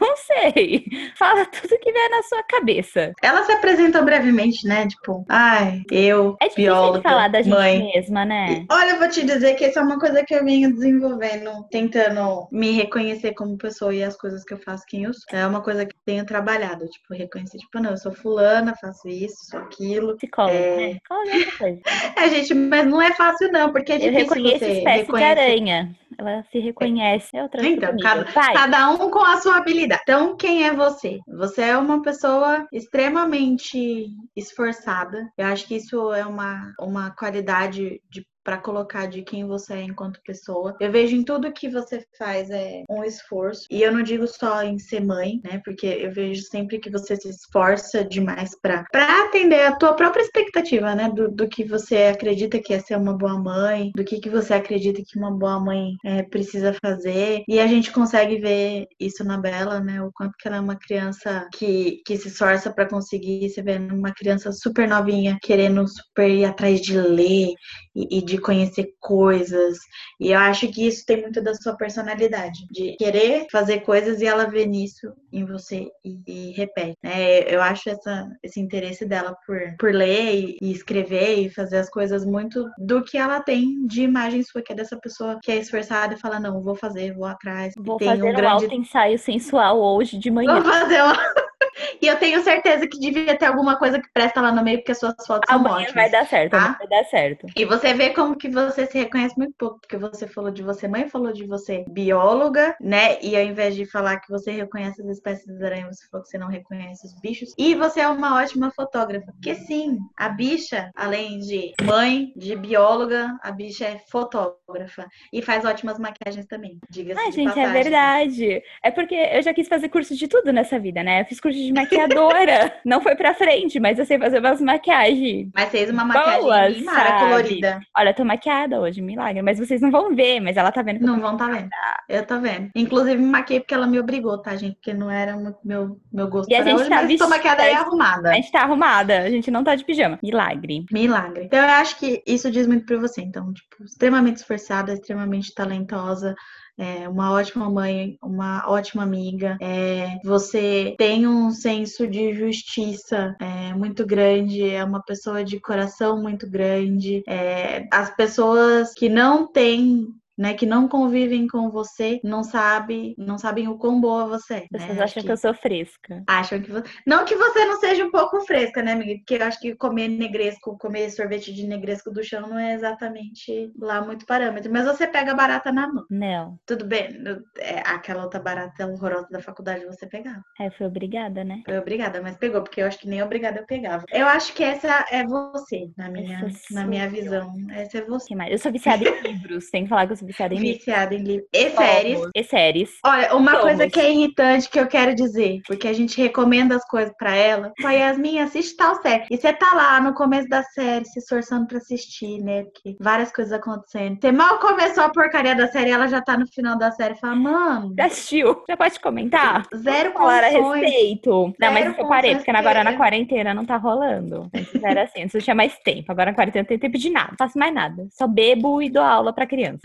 Speaker 2: Não sei. Fala tudo que vier na sua cabeça.
Speaker 1: Ela se apresentou brevemente, né? Tipo, ai, eu,
Speaker 2: É difícil
Speaker 1: bióloga,
Speaker 2: de falar da gente
Speaker 1: mãe.
Speaker 2: mesma, né?
Speaker 1: E Olha, eu vou te dizer que essa é uma coisa que eu venho desenvolvendo, tentando me reconhecer como pessoa e as coisas que eu faço, quem eu sou. É uma coisa que eu tenho trabalhado, tipo, reconhecer, tipo, não, eu sou fulana, faço isso, sou aquilo.
Speaker 2: Psicólogo,
Speaker 1: É.
Speaker 2: né? Psicólogo é outra coisa.
Speaker 1: É, gente, mas não é fácil não, porque é
Speaker 2: Eu
Speaker 1: difícil
Speaker 2: reconheço
Speaker 1: você
Speaker 2: espécie de
Speaker 1: reconhecer.
Speaker 2: aranha. Ela se reconhece. É outra
Speaker 1: Então,
Speaker 2: coisa.
Speaker 1: cada-
Speaker 2: Vai.
Speaker 1: Cada um com a sua habilidade. Então, quem é você? Você é uma pessoa extremamente esforçada. Eu acho que isso é uma, uma qualidade de para colocar de quem você é enquanto pessoa. Eu vejo em tudo que você faz é um esforço. E eu não digo só em ser mãe, né? Porque eu vejo sempre que você se esforça demais para para atender a tua própria expectativa, né? Do, do que você acredita que é ser uma boa mãe, do que, que você acredita que uma boa mãe é, precisa fazer. E a gente consegue ver isso na Bela, né? O quanto que ela é uma criança que, que se esforça para conseguir. Você vê uma criança super novinha, querendo super ir atrás de ler e, e de conhecer coisas. E eu acho que isso tem muito da sua personalidade, de querer fazer coisas e ela vê nisso em você e, e repete. né? eu acho essa, esse interesse dela por, por ler e, e escrever e fazer as coisas muito do que ela tem de imagem sua, que é dessa pessoa que é esforçada e fala: não, vou fazer, vou atrás. E
Speaker 2: Vou
Speaker 1: tem
Speaker 2: fazer
Speaker 1: um
Speaker 2: um
Speaker 1: grande
Speaker 2: alto ensaio sensual hoje de manhã.
Speaker 1: Vou fazer uma... E eu tenho certeza que devia ter alguma coisa que presta lá no meio, porque as suas fotos são
Speaker 2: Amanhã
Speaker 1: ótimas.
Speaker 2: vai dar certo,
Speaker 1: um tá?
Speaker 2: amanhã vai dar certo.
Speaker 1: E você vê como que você se reconhece muito pouco, porque você falou de você mãe, falou de você bióloga, né? E ao invés de falar que você reconhece as espécies de aranha, você falou que você não reconhece os bichos. E você é uma ótima fotógrafa, porque sim, a bicha, além de mãe, de bióloga, a bicha é fotógrafa e faz ótimas maquiagens também. Diga-se
Speaker 2: Ah,
Speaker 1: de
Speaker 2: gente, é
Speaker 1: passagem.
Speaker 2: verdade. É porque eu já quis fazer curso de tudo nessa vida, né? Eu fiz curso de de maquiadora. não foi pra frente, mas eu sei fazer umas maquiagens.
Speaker 1: Mas fez uma maquiagem
Speaker 2: Boa,
Speaker 1: bem mara,
Speaker 2: sabe?
Speaker 1: colorida.
Speaker 2: Olha, eu tô maquiada hoje, milagre. Mas vocês não vão ver, mas ela tá vendo que eu tô
Speaker 1: Não vão tá vendo. Eu tô vendo. Inclusive, me maquei porque ela me obrigou, tá, gente? Porque não era muito meu, meu gosto
Speaker 2: E a
Speaker 1: pra
Speaker 2: gente
Speaker 1: hoje,
Speaker 2: tá
Speaker 1: mas tô maquiada
Speaker 2: vestida-
Speaker 1: e arrumada.
Speaker 2: A gente tá arrumada, a gente não tá de pijama. Milagre.
Speaker 1: Milagre. Então, eu acho que isso diz muito pra você. Então, tipo, extremamente esforçada, extremamente talentosa, é, uma ótima mãe, uma ótima amiga. É, você tem um senso de justiça é, muito grande, é uma pessoa de coração muito grande. É, as pessoas que não têm. Né, que não convivem com você, não sabem, não sabem o quão boa você é. né?
Speaker 2: As pessoas
Speaker 1: Acho
Speaker 2: acham que eu sou fresca.
Speaker 1: Acham que você. Não que você não seja um pouco fresca, né, amiga? Porque eu acho que comer negresco, comer sorvete de negresco do chão não é exatamente lá muito parâmetro. Mas você pega a barata na mão.
Speaker 2: Não.
Speaker 1: Tudo bem. no- é, aquela outra barata horrorosa da faculdade você pegava.
Speaker 2: Aí eu fui obrigada, né?
Speaker 1: Foi obrigada, mas pegou, porque eu acho que nem obrigada eu pegava. Eu acho que essa é você, na minha,
Speaker 2: Essa
Speaker 1: na
Speaker 2: sou
Speaker 1: minha
Speaker 2: eu.
Speaker 1: visão. Essa é você.
Speaker 2: Que mais? Eu sou viciada em livros. Tem que falar que eu sou viciada em livros.
Speaker 1: Viciada em livro. E séries.
Speaker 2: E séries.
Speaker 1: Olha, uma
Speaker 2: Somos.
Speaker 1: coisa que é irritante que eu quero dizer, porque a gente recomenda as coisas pra ela. Pô, Yasmin, assiste tal série. E você tá lá no começo da série, se esforçando pra assistir, né? Porque várias coisas acontecendo. Você mal começou a porcaria da série, ela já tá no final da série. Fala, mano,
Speaker 2: Já assistiu? Já pode comentar?
Speaker 1: zero
Speaker 2: Falar a
Speaker 1: condições.
Speaker 2: respeito. não, mas
Speaker 1: Zero
Speaker 2: isso eu parei, porque agora na
Speaker 1: condições.
Speaker 2: quarentena não tá rolando. Antes era assim, antes eu tinha mais tempo. Agora na quarentena não tem tempo de nada. Não faço mais nada. Só bebo e dou aula pra criança.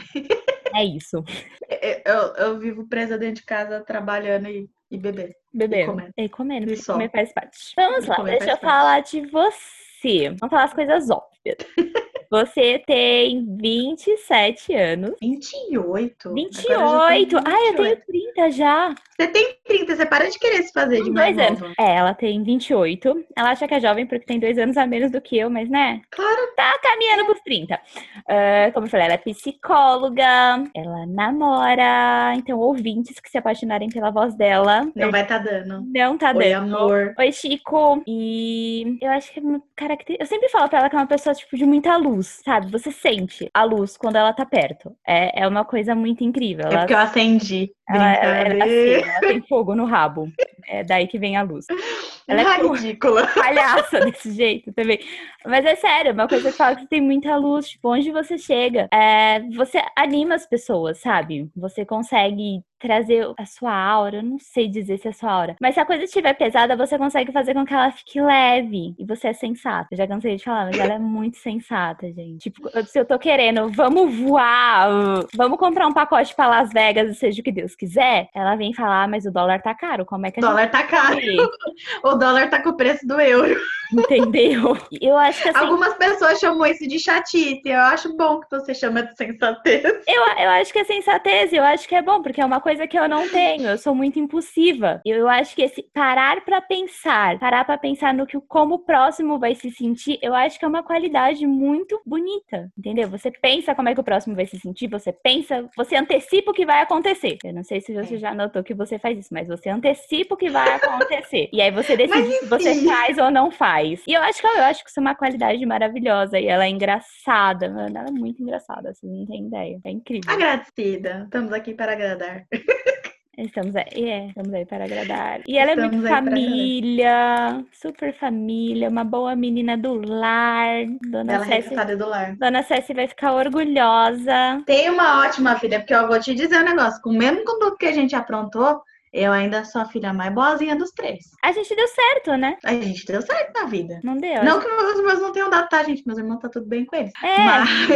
Speaker 2: É isso.
Speaker 1: Eu, eu- eu vivo presa dentro de casa, trabalhando e, e bebendo. E
Speaker 2: Bebendo.
Speaker 1: comendo.
Speaker 2: E comendo,
Speaker 1: E
Speaker 2: porque
Speaker 1: só.
Speaker 2: comer faz parte. Vamos
Speaker 1: E
Speaker 2: lá,
Speaker 1: comer
Speaker 2: deixa eu
Speaker 1: faz parte.
Speaker 2: falar de você. Vamos falar as coisas óbvias. Você tem 27 anos.
Speaker 1: 28. Agora eu já tá
Speaker 2: 28!
Speaker 1: tenho
Speaker 2: Ai, Ah,
Speaker 1: 28.
Speaker 2: eu Ah, tenho 30 já.
Speaker 1: Você tem 30, você para de querer se fazer de
Speaker 2: Tem
Speaker 1: mais
Speaker 2: dois anos.
Speaker 1: nova.
Speaker 2: É, ela tem 28. Ela acha que é jovem porque tem dois anos a menos do que eu, mas né?
Speaker 1: Claro.
Speaker 2: Tá caminhando pros 30. Ah, como eu falei, ela é psicóloga, ela namora. Então, ouvintes que se apaixonarem pela voz dela.
Speaker 1: Não vai tá dando.
Speaker 2: Não tá
Speaker 1: Oi,
Speaker 2: dando.
Speaker 1: amor.
Speaker 2: Oi, Chico. E eu acho que é uma caracter... Eu sempre falo pra ela que é uma pessoa, tipo, de muita luz, sabe? Você sente a luz quando ela tá perto. É, é uma coisa muito incrível.
Speaker 1: É
Speaker 2: Ela,
Speaker 1: porque eu acendi.
Speaker 2: ela, ela, ela,
Speaker 1: Brincadeira.
Speaker 2: assim, ela tem fogo no rabo. É daí que vem a luz. Ela é
Speaker 1: Ah, ridícula.
Speaker 2: palhaça desse jeito também. Mas é sério, uma coisa que eu falo que tem muita luz, tipo, onde você chega, é, você anima as pessoas, sabe? Você consegue trazer a sua aura, eu não sei dizer se é a sua aura, mas se a coisa estiver pesada, você consegue fazer com que ela fique leve e você é sensata. Eu já cansei de falar, mas ela é muito sensata, gente. Tipo, eu- se eu tô querendo, vamos voar, uh, vamos comprar um pacote pra Las Vegas, e seja o que Deus quiser, ela vem falar, "Ah, mas o dólar tá caro, como é que
Speaker 1: O
Speaker 2: a gente
Speaker 1: dólar tá caro.
Speaker 2: vai?"
Speaker 1: O dólar tá com o preço do euro.
Speaker 2: Entendeu? Eu acho que assim,
Speaker 1: Algumas pessoas chamam isso de chatice. Eu acho bom que você chama de sensatez.
Speaker 2: eu, eu acho que é sensatez, eu acho que é bom, porque é uma coisa que eu não tenho, eu sou muito impulsiva. Eu, eu acho que esse parar pra pensar, parar pra pensar no que o- como o próximo vai se sentir, eu acho que é uma qualidade muito bonita, entendeu? Você pensa como é que o próximo vai se sentir, você pensa, você antecipa o que vai acontecer. Eu não sei se você
Speaker 1: É.
Speaker 2: já notou que você faz isso, mas você antecipa o que vai acontecer. E aí você decide se você
Speaker 1: enfim.
Speaker 2: faz ou não faz. E eu acho que eu acho que isso é uma qualidade maravilhosa. E ela é engraçada, mano. Ela é muito engraçada, vocês não têm ideia. É incrível.
Speaker 1: Agradecida. Estamos aqui para agradar.
Speaker 2: Estamos aí, é, estamos aí para agradar. E ela é muito
Speaker 1: Estamos aí para agradar.
Speaker 2: família, super família, uma boa menina do lar. Dona
Speaker 1: Ela é
Speaker 2: Cécia.
Speaker 1: recrutada do lar.
Speaker 2: Dona Cécia vai ficar orgulhosa.
Speaker 1: Tem uma ótima filha, porque eu vou te dizer um negócio. Com- Mesmo com tudo que a gente aprontou, eu ainda sou a filha mais boazinha dos três.
Speaker 2: A gente deu certo, né?
Speaker 1: A gente deu certo na vida.
Speaker 2: Não deu.
Speaker 1: Não que meus irmãos não tenham dado, tá, gente? Meus irmãos tá tudo bem com eles.
Speaker 2: É.
Speaker 1: Mas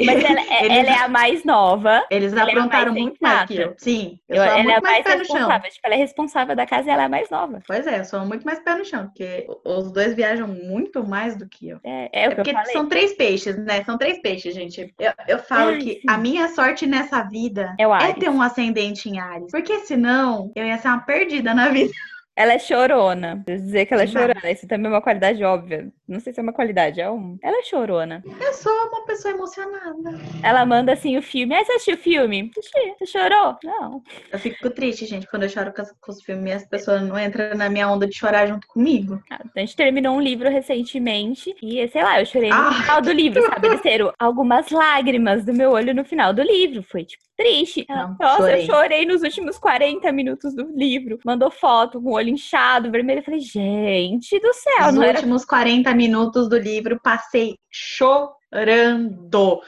Speaker 2: Mas ela, é-
Speaker 1: Eles-
Speaker 2: ela é a mais nova.
Speaker 1: Eles
Speaker 2: Ela é mais
Speaker 1: aprontaram muito mais que eu.
Speaker 2: sensata.
Speaker 1: Sim, eu sou
Speaker 2: Eu- ela é a
Speaker 1: muito mais
Speaker 2: mais
Speaker 1: pé no chão.
Speaker 2: responsável. Tipo, ela é responsável da casa e ela é a mais nova.
Speaker 1: Pois é, eu sou muito mais pé no chão, porque os dois viajam muito mais do que eu.
Speaker 2: É,
Speaker 1: É
Speaker 2: é o que
Speaker 1: porque
Speaker 2: eu falei.
Speaker 1: são três peixes, né? São três peixes, gente. Eu, eu falo
Speaker 2: Ai,
Speaker 1: que
Speaker 2: sim.
Speaker 1: a minha sorte nessa vida
Speaker 2: É o
Speaker 1: é
Speaker 2: Ares.
Speaker 1: ter um ascendente em Ares. Porque senão eu ia ser uma perdida na vida.
Speaker 2: Ela é chorona. Quer dizer que ela é
Speaker 1: Demais.
Speaker 2: chorona. Isso também é uma qualidade óbvia. Não sei se é uma qualidade, é um. Ela é chorona.
Speaker 1: Eu sou uma pessoa emocionada.
Speaker 2: Ela manda assim o filme. Ah, você assistiu o filme? Assisti. Você chorou? Não.
Speaker 1: Eu fico triste, gente, quando eu choro com, as- com os filmes e as pessoas não entram na minha onda de chorar junto comigo.
Speaker 2: Ah, A gente terminou um livro recentemente e, sei lá, eu chorei no
Speaker 1: Ah.
Speaker 2: final do livro, sabe? Desceram algumas lágrimas do meu olho no final do livro. Foi, tipo, triste. Ela,
Speaker 1: Não,
Speaker 2: Nossa,
Speaker 1: chorei.
Speaker 2: eu chorei nos últimos 40 minutos do livro. Mandou foto com o olho inchado, vermelho. Eu falei, gente do céu,
Speaker 1: Os
Speaker 2: É, não era
Speaker 1: últimos 40 minutos do livro passei chorando.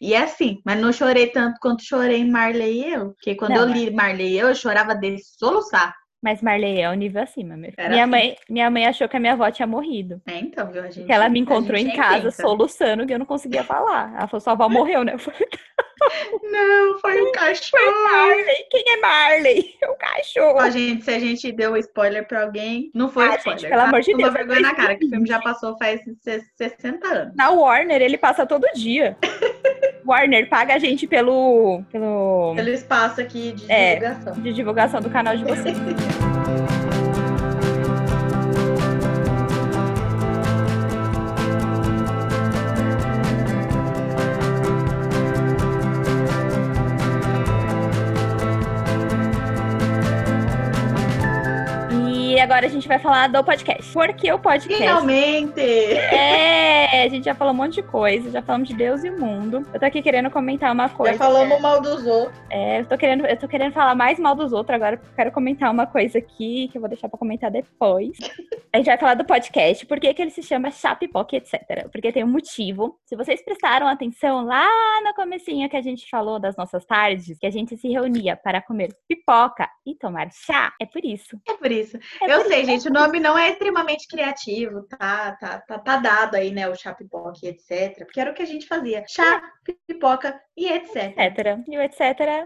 Speaker 1: E é assim, mas não chorei tanto quanto chorei em Marley e eu. Porque quando
Speaker 2: Não, é.
Speaker 1: eu li Marley e eu, eu chorava de soluçar.
Speaker 2: Mas Marley é um nível acima, meu filho.
Speaker 1: Era
Speaker 2: Minha
Speaker 1: assim.
Speaker 2: mãe, minha mãe achou que a minha avó tinha morrido.
Speaker 1: É, então, viu, a gente? é
Speaker 2: Que ela me
Speaker 1: a
Speaker 2: encontrou
Speaker 1: gente
Speaker 2: em casa
Speaker 1: inventa.
Speaker 2: soluçando que eu não conseguia falar. Ela falou: sua avó morreu, né? Eu falei,
Speaker 1: Não, foi um cachorro.
Speaker 2: Marley, quem é Marley? É o cachorro.
Speaker 1: A gente, se a gente deu spoiler pra alguém, não foi
Speaker 2: Ah, gente,
Speaker 1: spoiler.
Speaker 2: pelo
Speaker 1: tá?
Speaker 2: amor de
Speaker 1: Toma
Speaker 2: Deus, é
Speaker 1: vergonha na cara, que o filme já passou faz 60 anos.
Speaker 2: Na Warner, ele passa todo dia. Warner paga a gente pelo. pelo.
Speaker 1: Pelo espaço aqui de
Speaker 2: É.
Speaker 1: divulgação.
Speaker 2: de divulgação do canal de vocês. E Agora a gente vai falar do podcast. Por que o podcast?
Speaker 1: Finalmente!
Speaker 2: É, a gente já falou um monte de coisa, já falamos de Deus e o mundo. Eu tô aqui querendo comentar uma coisa.
Speaker 1: Já falamos mal dos outros.
Speaker 2: É, eu tô querendo, eu tô querendo falar mais mal dos outros agora, porque eu quero comentar uma coisa aqui que eu vou deixar pra comentar depois. A gente vai falar do podcast, por que que ele se chama Chapipoque, etc. Porque tem um motivo. Se vocês prestaram atenção lá no comecinho que a gente falou das nossas tardes, que a gente se reunia para comer pipoca e tomar chá, é por isso.
Speaker 1: É por isso.
Speaker 2: É
Speaker 1: eu
Speaker 2: por
Speaker 1: sei,
Speaker 2: isso.
Speaker 1: gente, o nome não é extremamente criativo, tá, tá, tá, tá dado aí, né? O chá, pipoca e etc. Porque era o que a gente fazia. Chá, pipoca e etc.
Speaker 2: etc. E o etc.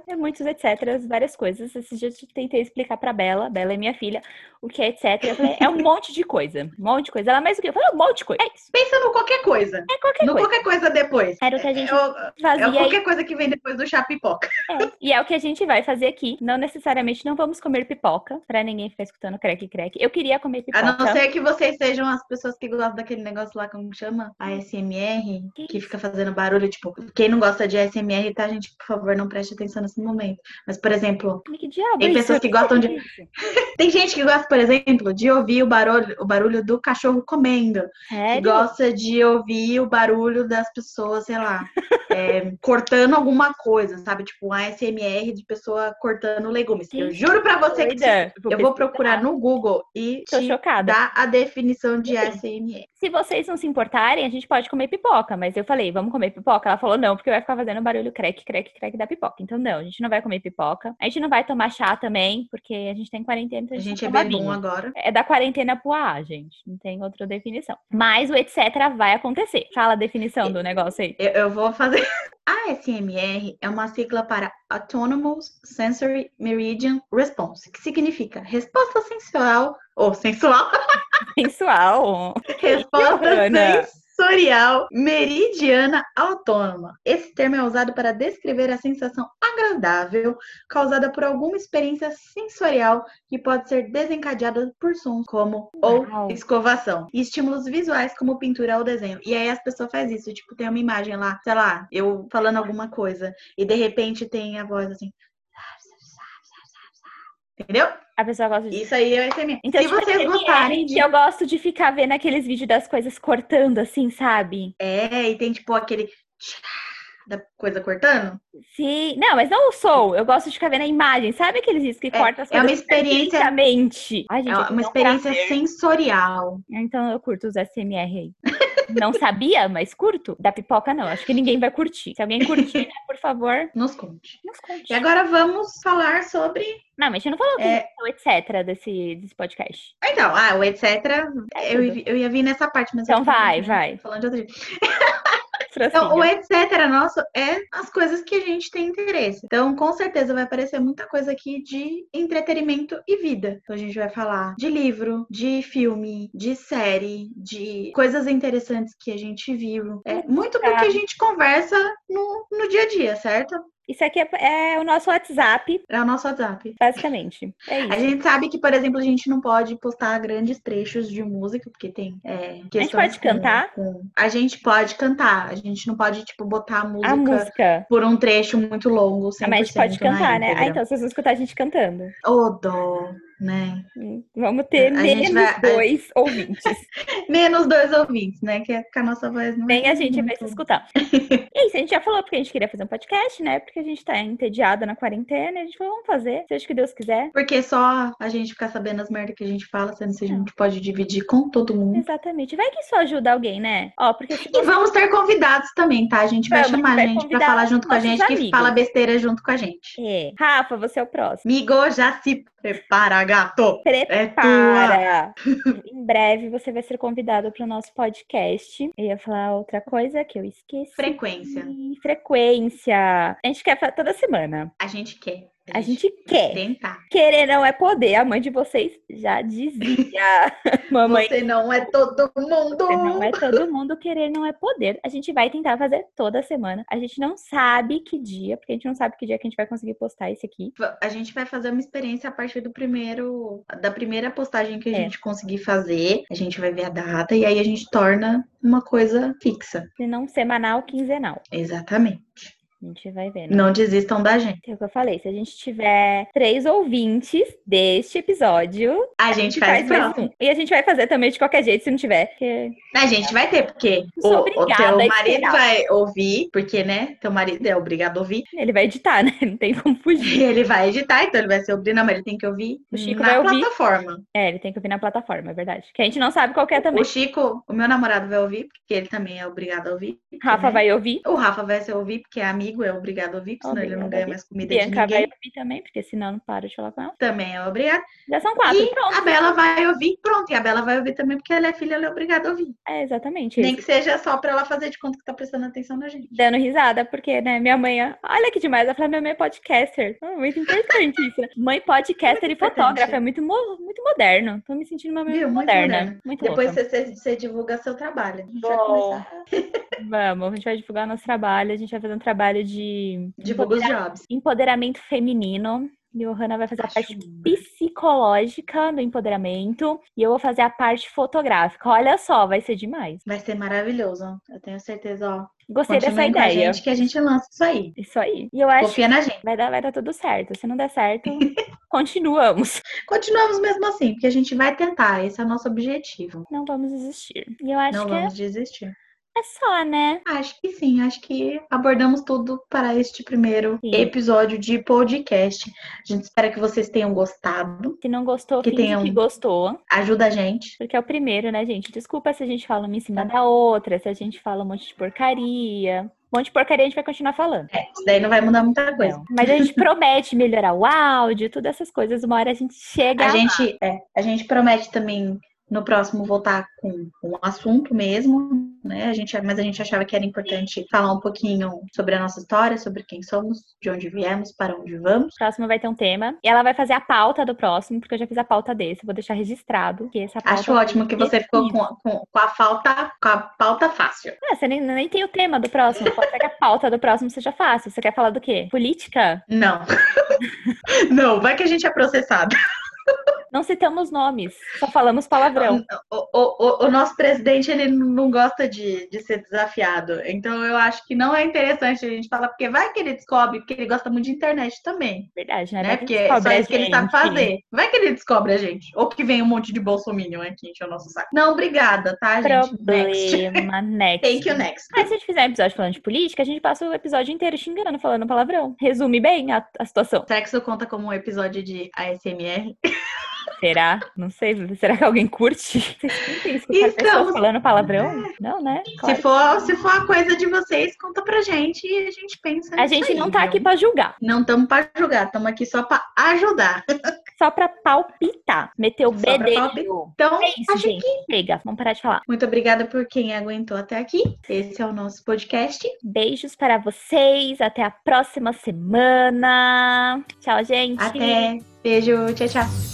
Speaker 2: é muitos etc. várias coisas. Esses dias eu tentei explicar pra Bela, Bela é minha filha, o que é etc. Eu falei, é um monte de coisa. Um monte de coisa. Ela mais o que? Eu falei, é um monte de coisa. É isso.
Speaker 1: Pensa no qualquer coisa.
Speaker 2: É qualquer
Speaker 1: no
Speaker 2: coisa.
Speaker 1: qualquer coisa depois.
Speaker 2: Era o que a gente
Speaker 1: É o- É,
Speaker 2: fazia.
Speaker 1: qualquer coisa que vem depois do chá, pipoca.
Speaker 2: É, E é o que a gente vai fazer aqui. Não necessariamente não vamos comer pipoca, pra ninguém ficar escutando crack crack. Eu queria comer
Speaker 1: A
Speaker 2: pipoca.
Speaker 1: não ser que vocês sejam as pessoas que gostam daquele negócio lá, como chama?
Speaker 2: Hum.
Speaker 1: ASMR,
Speaker 2: Que
Speaker 1: que fica fazendo barulho, tipo, quem não gosta de ASMR, tá, gente? Por favor, não preste atenção nesse momento. Mas, por exemplo,
Speaker 2: Ai, Que diabo
Speaker 1: Tem
Speaker 2: é isso?
Speaker 1: pessoas que gostam de-
Speaker 2: Isso.
Speaker 1: tem gente que gosta, por exemplo, de ouvir o barulho, o barulho do cachorro comendo. que
Speaker 2: Sério?
Speaker 1: gosta de ouvir o barulho das pessoas, sei lá, é, cortando alguma coisa, sabe? Tipo, um ASMR de pessoa cortando legumes. Eu
Speaker 2: Gente,
Speaker 1: juro pra você que
Speaker 2: Doida.
Speaker 1: eu vou procurar no Google e
Speaker 2: Tô
Speaker 1: te
Speaker 2: chocada.
Speaker 1: dar a definição de ASMR.
Speaker 2: Se vocês não se importarem, a gente pode comer pipoca. Mas eu falei, vamos comer pipoca? Ela falou, não, porque vai ficar fazendo barulho creque, creque, creque da pipoca. Então, não, a gente não vai comer pipoca. A gente não vai tomar chá também, porque a gente tem quarentena, então
Speaker 1: A
Speaker 2: a gente,
Speaker 1: gente é
Speaker 2: não toma
Speaker 1: bem bom
Speaker 2: vinho.
Speaker 1: agora.
Speaker 2: É da quarentena pro A, gente. Não tem outra definição. Mas o etc vai acontecer. Fala a definição do negócio aí.
Speaker 1: Eu, eu vou fazer. ASMR é uma sigla para Autonomous Sensory Meridian Response, que significa resposta sensual ou sensual
Speaker 2: Sensual.
Speaker 1: Resposta
Speaker 2: Ana.
Speaker 1: sensorial meridiana autônoma. Esse termo é usado para descrever a sensação agradável causada por alguma experiência sensorial que pode ser desencadeada por sons como ou
Speaker 2: Uau.
Speaker 1: escovação e estímulos visuais como pintura ou desenho. E aí as pessoas fazem isso, tipo, tem uma imagem lá, sei lá, eu falando alguma coisa e de repente tem a voz assim. Entendeu?
Speaker 2: A pessoa gosta de.
Speaker 1: Isso aí é o SMR.
Speaker 2: Então,
Speaker 1: Se
Speaker 2: tipo,
Speaker 1: vocês
Speaker 2: SMR,
Speaker 1: gostarem de
Speaker 2: Eu gosto de ficar vendo aqueles vídeos das coisas cortando, assim, sabe?
Speaker 1: É, e tem tipo aquele tchá da coisa cortando.
Speaker 2: Sim. Não, mas não o som. Eu gosto de ficar vendo a imagem. Sabe aqueles vídeos que cortam as
Speaker 1: é
Speaker 2: coisas?
Speaker 1: uma experiência-
Speaker 2: perfeitamente? Ai, gente,
Speaker 1: É
Speaker 2: aqui
Speaker 1: uma
Speaker 2: tipo, não
Speaker 1: experiência sensorial.
Speaker 2: dá. Então eu curto os SMR aí. Não sabia, mas curto. Da pipoca, não. Acho que ninguém vai curtir. Se alguém curtir, né, por favor,
Speaker 1: Nos conte.
Speaker 2: nos conte.
Speaker 1: E agora vamos falar sobre.
Speaker 2: Não, mas a gente não falou que
Speaker 1: É.
Speaker 2: é o etc. Desse, desse podcast.
Speaker 1: Então, ah, o etc. Eu,
Speaker 2: É tudo.
Speaker 1: eu ia vir nessa parte, mas. eu
Speaker 2: Então
Speaker 1: tô
Speaker 2: vai,
Speaker 1: falando-
Speaker 2: vai.
Speaker 1: Falando de outra jeito.
Speaker 2: Francinha.
Speaker 1: Então, o etc. nosso é as coisas que a gente tem interesse. Então, com certeza vai aparecer muita coisa aqui de entretenimento e vida. Então, a gente vai falar de livro, de filme, de série, de coisas interessantes que a gente viu. É muito do que a gente conversa no, no dia a dia, certo?
Speaker 2: Isso aqui é, é o nosso WhatsApp,
Speaker 1: É o nosso WhatsApp.
Speaker 2: basicamente. É isso.
Speaker 1: A gente sabe que, por exemplo, a gente não pode postar grandes trechos de música, porque tem. É, questões
Speaker 2: pode cantar?
Speaker 1: com- A gente pode cantar. A gente não pode, tipo, botar a música,
Speaker 2: A música.
Speaker 1: por um trecho muito longo.
Speaker 2: Ah, mas a gente pode
Speaker 1: 100% na
Speaker 2: cantar, né? Ah,
Speaker 1: é íntegra.
Speaker 2: então vocês vão escutar a gente cantando. Hum,
Speaker 1: Ô, dó. né?
Speaker 2: Vamos ter
Speaker 1: A gente
Speaker 2: menos
Speaker 1: vai-
Speaker 2: dois ouvintes.
Speaker 1: Menos dois ouvintes, né? Que é- que a nossa voz não
Speaker 2: Nem
Speaker 1: é
Speaker 2: a gente vai se
Speaker 1: muito-
Speaker 2: escutar. E é isso, a gente já falou porque a gente queria fazer um podcast, né? Porque a gente tá entediada na quarentena. e A gente falou, vamos fazer, seja o que Deus quiser.
Speaker 1: é. Porque só a gente ficar sabendo as merdas que a gente fala, sendo que a gente pode dividir com todo mundo.
Speaker 2: Exatamente. Vai que isso ajuda alguém, né? Ó, porque se
Speaker 1: E
Speaker 2: você
Speaker 1: vamos ter convidados também, tá? A gente vai
Speaker 2: Vamos,
Speaker 1: chamar
Speaker 2: vai
Speaker 1: gente pra
Speaker 2: convidar
Speaker 1: falar junto com a
Speaker 2: nossos
Speaker 1: gente, que
Speaker 2: amigos.
Speaker 1: fala besteira junto com a gente.
Speaker 2: É. Rafa, você é o próximo.
Speaker 1: Migo, já se prepara, gato! É tua!
Speaker 2: Prepara! em breve você vai ser convidado para o nosso podcast. Eu ia falar outra coisa que eu esqueci.
Speaker 1: Frequência.
Speaker 2: Frequência. A gente quer fa- toda semana.
Speaker 1: A gente quer.
Speaker 2: A gente quer.
Speaker 1: tentar.
Speaker 2: Querer não é poder. A mãe de vocês já dizia. Mamãe.
Speaker 1: Você não é todo mundo!
Speaker 2: Você Não é todo mundo querer, não é poder. A gente vai tentar fazer toda semana. A gente não sabe que dia, porque a gente não sabe que dia que a gente vai conseguir postar esse aqui.
Speaker 1: Va- A gente vai fazer uma experiência a partir do primeiro, da primeira postagem que a
Speaker 2: É.
Speaker 1: gente conseguir fazer. A gente vai ver a data e aí a gente torna uma coisa fixa.
Speaker 2: Se não semanal, quinzenal.
Speaker 1: Exatamente.
Speaker 2: A gente vai ver. né?
Speaker 1: Não desistam da gente.
Speaker 2: É o que eu falei. Se a gente tiver três ouvintes deste episódio,
Speaker 1: A gente faz,
Speaker 2: mais
Speaker 1: próximo.
Speaker 2: um. E a gente vai fazer também de qualquer jeito, se não tiver. Porque
Speaker 1: A gente vai ter, porque
Speaker 2: Eu
Speaker 1: o,
Speaker 2: sou
Speaker 1: o
Speaker 2: obrigada a
Speaker 1: teu marido
Speaker 2: esperar.
Speaker 1: vai ouvir, porque, né? Teu marido é obrigado a ouvir.
Speaker 2: ele vai editar, né? Não tem como fugir.
Speaker 1: E ele vai editar, então ele vai ser obrigado. Não, mas ele tem que ouvir
Speaker 2: O Chico
Speaker 1: na
Speaker 2: vai ouvir.
Speaker 1: plataforma.
Speaker 2: É, ele tem que vir na plataforma, é verdade. Que a gente não sabe qual que é
Speaker 1: O
Speaker 2: também.
Speaker 1: Chico, o meu namorado vai ouvir, porque ele também é obrigado a ouvir. porque,
Speaker 2: Rafa
Speaker 1: né?
Speaker 2: vai ouvir.
Speaker 1: O Rafa vai ser ouvir, porque é amigo, é obrigado a ouvir, porque senão ele não
Speaker 2: Obrigado a
Speaker 1: ganha
Speaker 2: ouvir.
Speaker 1: mais comida de
Speaker 2: Bianca
Speaker 1: ninguém.
Speaker 2: vai ouvir também, porque senão eu não paro de falar com ela.
Speaker 1: Também é obrigado.
Speaker 2: Já são quatro.
Speaker 1: E
Speaker 2: Pronto.
Speaker 1: A Bela vai ouvir, pronto. E a Bela vai ouvir também, porque ela é filha, ela é obrigada a ouvir.
Speaker 2: É exatamente
Speaker 1: Nem
Speaker 2: isso.
Speaker 1: que seja só pra ela fazer de conta que tá prestando atenção na gente.
Speaker 2: Dando risada, porque, né, minha mãe, ó, olha que demais, ela fala, minha mãe é podcaster. Ah, Muito importante isso, né? Mãe podcaster e
Speaker 1: Muito importante.
Speaker 2: fotógrafa, é muito, mo- muito moderno. Tô me sentindo uma mãe
Speaker 1: Viu? Muito
Speaker 2: moderna.
Speaker 1: moderno.
Speaker 2: Muito
Speaker 1: Depois
Speaker 2: louca.
Speaker 1: você, você- você divulga seu trabalho. A gente vai
Speaker 2: Bom.
Speaker 1: começar.
Speaker 2: Vamos, a gente vai divulgar nosso trabalho, a gente vai fazer um trabalho de
Speaker 1: Divulga os jobs.
Speaker 2: empoderamento feminino. E o Hannah vai fazer a
Speaker 1: Acho
Speaker 2: parte
Speaker 1: uma.
Speaker 2: psicológica do empoderamento. E eu vou fazer a parte fotográfica. Olha só, vai ser demais.
Speaker 1: Vai ser maravilhoso. ó. Eu tenho certeza, ó.
Speaker 2: Gostei dessa
Speaker 1: Continuem com a
Speaker 2: ideia.
Speaker 1: gente que a gente lança isso aí.
Speaker 2: Isso aí. E eu acho
Speaker 1: Confia na gente.
Speaker 2: que vai dar, vai dar tudo certo. Se não der certo, continuamos.
Speaker 1: Continuamos mesmo assim, porque a gente vai tentar. Esse é o nosso objetivo.
Speaker 2: Não vamos desistir. E eu acho
Speaker 1: Não
Speaker 2: que é,
Speaker 1: vamos desistir.
Speaker 2: é só, né?
Speaker 1: Acho que sim, acho que abordamos tudo para este primeiro
Speaker 2: Sim.
Speaker 1: episódio de podcast. A gente espera que vocês tenham gostado.
Speaker 2: Se não gostou,
Speaker 1: Que
Speaker 2: finge
Speaker 1: tenha
Speaker 2: que
Speaker 1: um-
Speaker 2: gostou.
Speaker 1: Ajuda a gente.
Speaker 2: Porque é o primeiro, né, gente? Desculpa se a gente fala uma em
Speaker 1: É.
Speaker 2: cima da outra, se a gente fala um monte de porcaria. Um monte de porcaria a gente vai continuar falando.
Speaker 1: Isso daí não vai mudar muita coisa.
Speaker 2: Não. Mas a gente promete melhorar o áudio, todas essas coisas. Uma hora a gente chega.
Speaker 1: A gente, é, a gente promete também no próximo voltar com um assunto mesmo, né? A gente, mas a gente achava que era importante falar um pouquinho sobre a nossa história, sobre quem somos, de onde viemos, para onde vamos.
Speaker 2: O próximo vai ter um tema. E ela vai fazer a pauta do próximo, porque eu já fiz a pauta desse. Vou deixar registrado que essa pauta.
Speaker 1: Acho ótimo que você ficou com, a- com, com a falta, com a pauta fácil.
Speaker 2: Ah, você nem, nem tem o tema do próximo. Pode ser que a pauta do próximo seja fácil. Você quer falar do quê? Política?
Speaker 1: Não. Não, vai que a gente é processado.
Speaker 2: Não citamos nomes, só falamos palavrão. É
Speaker 1: O, o- o- o nosso presidente ele não gosta de, de ser desafiado. Então eu acho que não é interessante a gente falar, porque vai que ele descobre, porque ele gosta muito de internet também,
Speaker 2: Verdade, né?
Speaker 1: né?
Speaker 2: Vai
Speaker 1: Porque é
Speaker 2: descobre
Speaker 1: só
Speaker 2: a
Speaker 1: isso que ele sabe
Speaker 2: gente.
Speaker 1: fazer. Vai que ele descobre a gente. Ou que vem um monte de bolsominion aqui encher o nosso saco. Não, obrigada, tá, gente? Next.
Speaker 2: Problema, next.
Speaker 1: Thank you, next.
Speaker 2: Mas se a gente fizer um episódio falando de política, a gente passa o episódio inteiro xingando, falando palavrão. Resume bem a, a situação.
Speaker 1: Será que isso conta como um episódio de ASMR?
Speaker 2: Será? Não sei. Será que alguém curte? Vocês curtem escutar
Speaker 1: Então- é.
Speaker 2: pessoas falando palavrão? Não, né? Claro.
Speaker 1: Se, for, se for a coisa de vocês, conta pra gente e a gente pensa.
Speaker 2: A
Speaker 1: nisso
Speaker 2: gente
Speaker 1: aí,
Speaker 2: não tá
Speaker 1: viu?
Speaker 2: aqui pra julgar,
Speaker 1: Não estamos pra julgar, estamos aqui só pra ajudar.
Speaker 2: só pra palpitar. Meter o
Speaker 1: Só pra
Speaker 2: bedelho.
Speaker 1: Então,
Speaker 2: É isso,
Speaker 1: acho
Speaker 2: gente. Chega, vamos parar de falar.
Speaker 1: Muito obrigada por quem aguentou até aqui. Esse é o nosso podcast.
Speaker 2: Beijos para vocês. Até a próxima semana. Tchau, gente.
Speaker 1: Até. Beijo. Tchau, tchau.